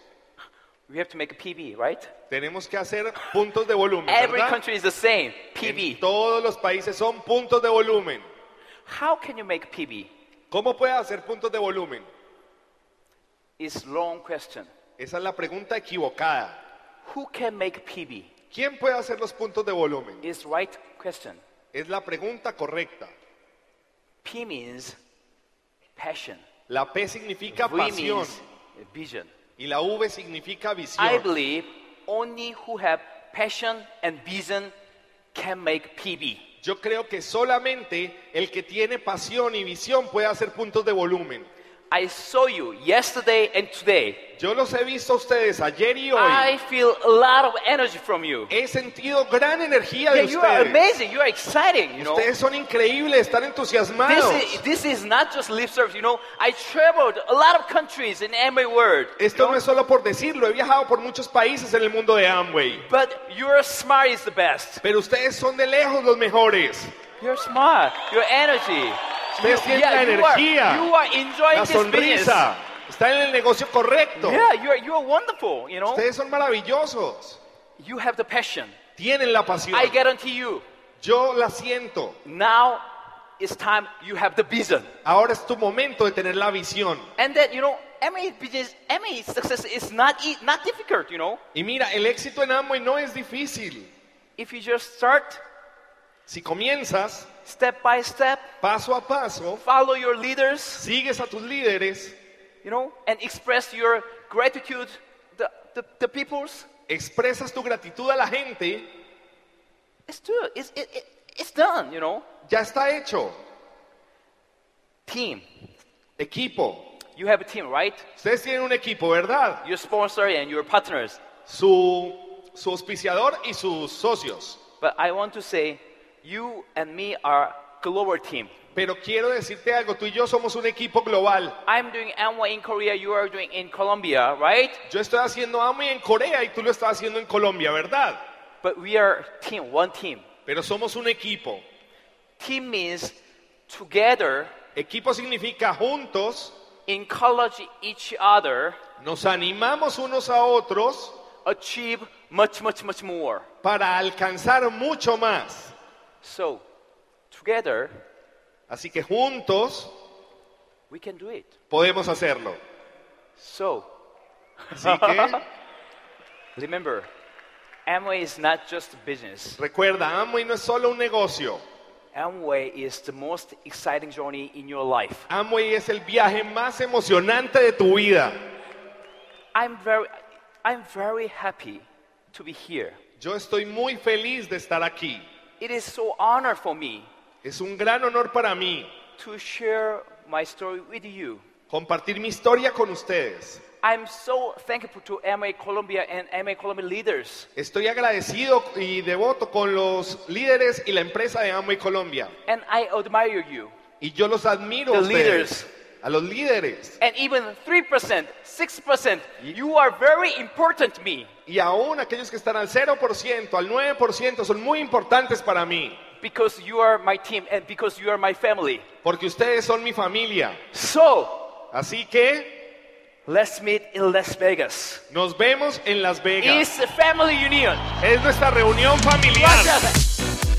[SPEAKER 2] We have to make a PB, right?
[SPEAKER 3] Tenemos que hacer puntos de volumen.
[SPEAKER 2] Every
[SPEAKER 3] ¿verdad?
[SPEAKER 2] country is the same.
[SPEAKER 3] En
[SPEAKER 2] PB.
[SPEAKER 3] todos los países son puntos de volumen.
[SPEAKER 2] How can you make PB?
[SPEAKER 3] ¿Cómo puedes hacer puntos de volumen?
[SPEAKER 2] It's long question.
[SPEAKER 3] Esa es la pregunta equivocada.
[SPEAKER 2] Who can make PB?
[SPEAKER 3] ¿Quién puede hacer los puntos de volumen?
[SPEAKER 2] Is right question.
[SPEAKER 3] Es la pregunta correcta.
[SPEAKER 2] P means passion.
[SPEAKER 3] La P significa
[SPEAKER 2] V
[SPEAKER 3] pasión
[SPEAKER 2] means vision.
[SPEAKER 3] y la V significa
[SPEAKER 2] I
[SPEAKER 3] visión.
[SPEAKER 2] believe only who have passion and vision can make PB.
[SPEAKER 3] Yo creo que solamente el que tiene pasión y visión puede hacer puntos de volumen.
[SPEAKER 2] I saw you yesterday and today.
[SPEAKER 3] Yo los he visto a ustedes ayer y hoy.
[SPEAKER 2] I feel a lot of energy from you.
[SPEAKER 3] He sentido gran energía
[SPEAKER 2] Yeah,
[SPEAKER 3] de
[SPEAKER 2] you are
[SPEAKER 3] ustedes.
[SPEAKER 2] amazing. You are exciting. You know.
[SPEAKER 3] Ustedes son increíbles, están
[SPEAKER 2] This
[SPEAKER 3] entusiasmados.
[SPEAKER 2] is, this is not just lip service, you know. I traveled a lot of countries in every world.
[SPEAKER 3] Esto no es solo por decirlo, he viajado por muchos países en el mundo de Amway.
[SPEAKER 2] But your smile is the best.
[SPEAKER 3] Pero ustedes son de lejos los mejores.
[SPEAKER 2] Your smile, your energy.
[SPEAKER 3] Ustedes tienen la
[SPEAKER 2] you are,
[SPEAKER 3] energía,
[SPEAKER 2] you are enjoying
[SPEAKER 3] la
[SPEAKER 2] this business.
[SPEAKER 3] sonrisa. Están en el negocio correcto.
[SPEAKER 2] Yeah, you are, you are wonderful, you know.
[SPEAKER 3] Ustedes son maravillosos.
[SPEAKER 2] You have the passion.
[SPEAKER 3] Tienen la pasión.
[SPEAKER 2] I guarantee you.
[SPEAKER 3] Yo la siento.
[SPEAKER 2] Now it's time you have the vision.
[SPEAKER 3] Ahora es tu momento de tener la visión.
[SPEAKER 2] And that, you know, MA business, MA success is not, e- not difficult, you know.
[SPEAKER 3] Y mira, el éxito en Amway no es difícil.
[SPEAKER 2] If you just start
[SPEAKER 3] Si comienzas
[SPEAKER 2] step by step,
[SPEAKER 3] paso a paso,
[SPEAKER 2] follow your leaders,
[SPEAKER 3] sigues a tus líderes,
[SPEAKER 2] you know, and express your gratitude the, the, the peoples.
[SPEAKER 3] expresas tu gratitud a la gente,
[SPEAKER 2] It's true. It's, it, it, it's done, you know.
[SPEAKER 3] ya está hecho.
[SPEAKER 2] Team.
[SPEAKER 3] Equipo.
[SPEAKER 2] You have a team, right?
[SPEAKER 3] Ustedes tienen un equipo, ¿verdad?
[SPEAKER 2] Your sponsor and your partners.
[SPEAKER 3] Su, su auspiciador y sus socios.
[SPEAKER 2] But I want to say, you and me are global team.
[SPEAKER 3] Pero quiero decirte algo, tú y yo somos un equipo global.
[SPEAKER 2] I'm doing MY in Korea, you are doing in Colombia, right?
[SPEAKER 3] Yo estoy haciendo AMI en Corea y tú lo estás haciendo en Colombia, ¿verdad?
[SPEAKER 2] But we are team, one team.
[SPEAKER 3] Pero somos un equipo.
[SPEAKER 2] Team means together,
[SPEAKER 3] Equipo significa juntos,
[SPEAKER 2] encourage each other,
[SPEAKER 3] nos animamos unos a otros
[SPEAKER 2] achieve much, much, much more.
[SPEAKER 3] para alcanzar mucho más.
[SPEAKER 2] So, together,
[SPEAKER 3] Así que juntos
[SPEAKER 2] we can do it.
[SPEAKER 3] podemos hacerlo.
[SPEAKER 2] So,
[SPEAKER 3] Así que
[SPEAKER 2] remember, Amway is not just business.
[SPEAKER 3] recuerda, Amway no es solo un negocio.
[SPEAKER 2] Amway is the most exciting journey in your life.
[SPEAKER 3] Amway es el viaje más emocionante de tu vida.
[SPEAKER 2] I'm very, I'm very happy to be here.
[SPEAKER 3] Yo estoy muy feliz de estar aquí.
[SPEAKER 2] It is so honor for me
[SPEAKER 3] Es un gran honor para mí
[SPEAKER 2] to share my story with you.
[SPEAKER 3] compartir mi historia con ustedes.
[SPEAKER 2] I'm so thankful to MA Colombia and MA Colombia leaders.
[SPEAKER 3] Estoy agradecido y devoto con los líderes y la empresa de Amway Colombia.
[SPEAKER 2] And I admire you.
[SPEAKER 3] Y yo los admiro a
[SPEAKER 2] The
[SPEAKER 3] ustedes,
[SPEAKER 2] leaders.
[SPEAKER 3] a los líderes.
[SPEAKER 2] And even 3%, 6%, you are very important to me
[SPEAKER 3] Y aún aquellos que están al 0%, al 9%, son muy importantes para mí.
[SPEAKER 2] because you are my team and because you are my family.
[SPEAKER 3] Porque ustedes son mi familia.
[SPEAKER 2] So,
[SPEAKER 3] Así que
[SPEAKER 2] let's meet in Las Vegas.
[SPEAKER 3] nos vemos en Las Vegas.
[SPEAKER 2] It's a family union.
[SPEAKER 3] Es nuestra reunión familiar.
[SPEAKER 2] Watch us.